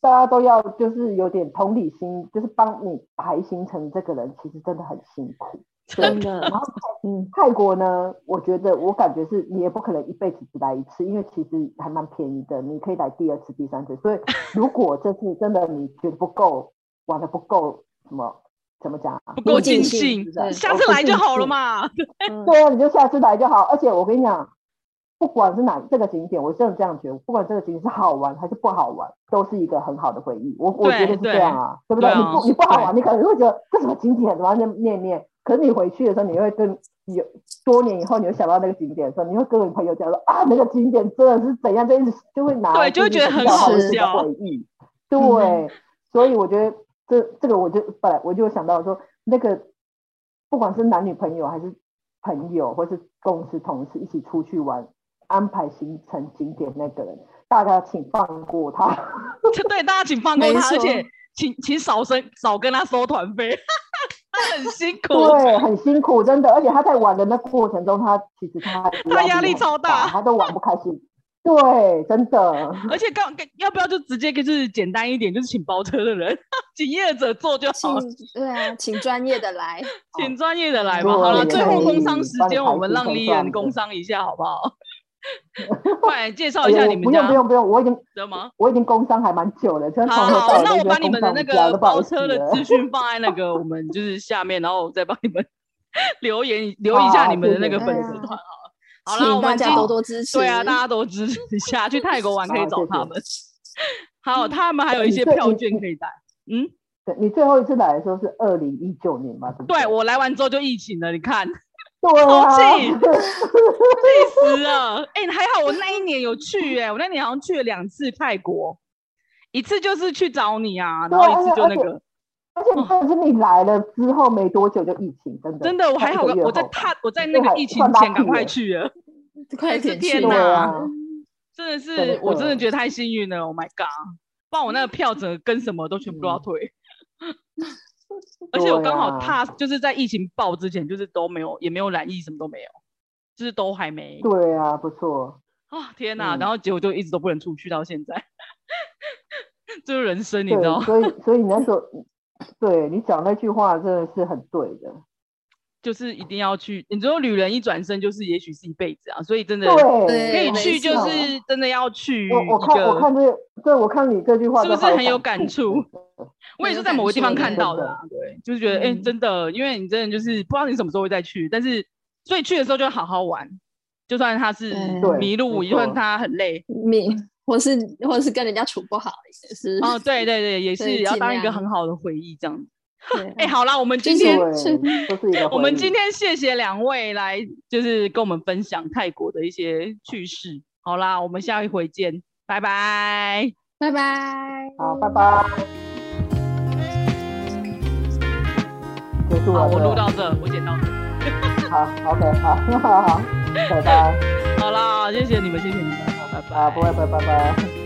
Speaker 2: 大家都要就是有点同理心，就是帮你排行程，这个人其实真的很辛苦。
Speaker 3: 真的
Speaker 2: 然，后
Speaker 3: 嗯，
Speaker 2: 泰国呢，我觉得我感觉是你也不可能一辈子只来一次，因为其实还蛮便宜的，你可以来第二次、第三次。所以如果这次真的你觉得不够，玩的不够，什么怎么讲啊、
Speaker 1: 不够尽
Speaker 3: 尽
Speaker 1: 兴
Speaker 3: 兴，
Speaker 1: 你
Speaker 3: 对
Speaker 1: 下次来就好了 嘛。
Speaker 2: 对啊，你就下次来就好。而且我跟你讲，不管是哪这个景点，我真的这样觉得，不管这个景点是好玩还是不好玩，都是一个很好的回忆。我我
Speaker 1: 对
Speaker 2: 觉得是这样啊，对不
Speaker 1: 对
Speaker 2: 你
Speaker 1: 啊
Speaker 2: 不你不好玩，你可能会觉得这什么景点，然后念念念。可是你回去的时候，你会跟有多年以后，你会想到那个景点的时候，你会跟你朋友讲说啊，那个景点真的是怎样，就一直就会拿
Speaker 1: 对就会觉得很
Speaker 3: 好
Speaker 2: 是一个
Speaker 1: 笑
Speaker 2: 回忆。
Speaker 1: 嗯
Speaker 2: 对，所以我觉得这这个我就本来我就想到说，那个不管是男女朋友还是朋友，或是公司同事一起出去玩，安排行程景点那个人，大家请放过他。
Speaker 1: 就对，大家请放过
Speaker 3: 没
Speaker 1: 他，而
Speaker 3: 错
Speaker 1: 且请请少生少跟他收团费， 他很辛苦。
Speaker 2: 对，很辛苦，真的。而且他在玩的那过程中，他其实他
Speaker 1: 他压力超大
Speaker 2: 他都玩不开心。对，真的。
Speaker 1: 而且刚刚要不要就直接就是简单一点，就是请包车的人，请业者做就好了，
Speaker 3: 请对啊，请专业的来，
Speaker 1: 请专业的来嘛。
Speaker 2: 对
Speaker 1: 好了，
Speaker 2: 也
Speaker 1: 最
Speaker 2: 可
Speaker 1: 后
Speaker 2: 以
Speaker 1: 工商时
Speaker 2: 帮你
Speaker 1: 间，
Speaker 2: 排
Speaker 1: 我们
Speaker 2: 除
Speaker 1: 让
Speaker 2: 重
Speaker 1: 丽
Speaker 2: 创
Speaker 1: 人
Speaker 2: 的
Speaker 1: 工商一下好不好？ 快介绍
Speaker 2: 哎
Speaker 1: 一下
Speaker 2: 呦
Speaker 1: 你
Speaker 2: 不
Speaker 1: 们
Speaker 2: 用
Speaker 1: 家
Speaker 2: 不用不用，我已经
Speaker 1: 的吗？
Speaker 2: 我已经工伤还蛮久了，真的
Speaker 1: 好
Speaker 2: 从头到
Speaker 1: 好，
Speaker 2: 尾
Speaker 1: 那
Speaker 2: 都
Speaker 1: 我
Speaker 2: 在
Speaker 1: 把你们的那
Speaker 2: 工伤家
Speaker 1: 个
Speaker 2: 都不好
Speaker 1: 包
Speaker 2: 意思
Speaker 1: 车的
Speaker 2: 了
Speaker 1: 资讯放在那个我们就是下面，然后我再帮你们 留言留一下
Speaker 2: 好
Speaker 1: 你们的那个
Speaker 2: 谢
Speaker 1: 粉
Speaker 2: 谢
Speaker 1: 丝
Speaker 3: 哎呀
Speaker 1: 团 好了。好了，我
Speaker 3: 请大
Speaker 1: 们今
Speaker 3: 家多多支持。
Speaker 1: 对啊，大家都支持一下，去泰国玩可以
Speaker 2: 好
Speaker 1: 找
Speaker 2: 谢
Speaker 1: 他
Speaker 2: 谢
Speaker 1: 们。还有他们还有一
Speaker 2: 你
Speaker 1: 些
Speaker 2: 最
Speaker 1: 票
Speaker 2: 你
Speaker 1: 券可以带。嗯，
Speaker 2: 对你最后一次来的时候是二零一九年吧？对不
Speaker 1: 对我来完之后就疫情了，你看，
Speaker 2: 对
Speaker 1: 好
Speaker 2: 啊，
Speaker 1: 气气死了！哎、还好我那一年有去、哎，我那年好像去了两次泰国，一次就是去找你啊，然
Speaker 2: 对
Speaker 1: 后一
Speaker 2: 而
Speaker 1: 次
Speaker 2: 且
Speaker 1: 就
Speaker 2: 而
Speaker 1: 那
Speaker 2: 且
Speaker 1: 个。
Speaker 2: 而且但是你来了之后没多久就疫情，真的
Speaker 1: 嗯真的，我还好，
Speaker 2: 一个月
Speaker 1: 我在
Speaker 2: 后
Speaker 1: 踏，我在
Speaker 2: 这
Speaker 1: 那个
Speaker 2: 还
Speaker 1: 疫情
Speaker 2: 算拉
Speaker 1: 前赶
Speaker 2: 屁
Speaker 1: 快
Speaker 2: 耶
Speaker 1: 去了，
Speaker 3: 快点
Speaker 1: 天
Speaker 3: 去
Speaker 2: 对
Speaker 1: 哪
Speaker 2: 啊，
Speaker 1: 真的
Speaker 2: 真
Speaker 1: 是
Speaker 2: 的，
Speaker 1: 我真的觉得太幸运了，Oh my god！不然我那个票整个跟什么都全部都要
Speaker 2: 嗯
Speaker 1: 退，而且我刚好
Speaker 2: 对啊
Speaker 1: 踏，就是在疫情爆之前，就是都没有，也没有染疫，什么都没有，就是都还没
Speaker 2: 对啊，不错，
Speaker 1: 啊，天哪！
Speaker 2: 嗯
Speaker 1: 然后结果就一直都不能出去，到现在， 就是人生， 你
Speaker 2: 对
Speaker 1: 知道，，
Speaker 2: 所以所以你那时候，对你讲那句话真的是很对的，
Speaker 1: 就是一定要去。你知道，旅人一转身，就是也许是一辈子啊，所以真的
Speaker 2: 对，
Speaker 1: 可以
Speaker 3: 对没
Speaker 1: 去，就
Speaker 3: 错
Speaker 1: 是真的要去一
Speaker 2: 我我看我
Speaker 1: 个。
Speaker 2: 看这对我看你这句话
Speaker 1: 是不
Speaker 2: 真的
Speaker 1: 是
Speaker 2: 好
Speaker 1: 很有感 触？我也是在某个地方看到的啊，对，就是觉得哎、诶
Speaker 3: 嗯
Speaker 1: 真的，因为你真的就是不知道你什么时候会再去，但是所以去的时候就好好玩，就算他是
Speaker 3: 对
Speaker 2: 对
Speaker 1: 迷路，
Speaker 2: 没
Speaker 1: 就算
Speaker 2: 错
Speaker 1: 他很累，
Speaker 3: 你或是或是跟人家处不好也是
Speaker 1: 哦，对对对，也
Speaker 3: 所
Speaker 1: 是
Speaker 3: 以
Speaker 1: 要
Speaker 3: 尽
Speaker 1: 当一个
Speaker 3: 量
Speaker 1: 很好的回忆这样子。
Speaker 3: 对
Speaker 1: 哎、好啦，我们
Speaker 3: 就
Speaker 1: 今
Speaker 3: 是
Speaker 1: 天
Speaker 3: 我
Speaker 2: 对，都是一个回忆。
Speaker 1: 我们今天谢谢两位来，就是跟我们分享泰国的一些趣事。好啦，我们下一回见，拜拜。
Speaker 3: 拜拜。
Speaker 2: 好，拜拜。结束
Speaker 1: 好，
Speaker 2: 了，
Speaker 1: 我
Speaker 2: 对
Speaker 1: 录到这，我剪到这。
Speaker 2: 好，OK，好， 好，拜拜，啊
Speaker 1: 好啦，谢谢你们，谢谢你们，好，拜拜。
Speaker 2: 啊，不会，不会，拜拜。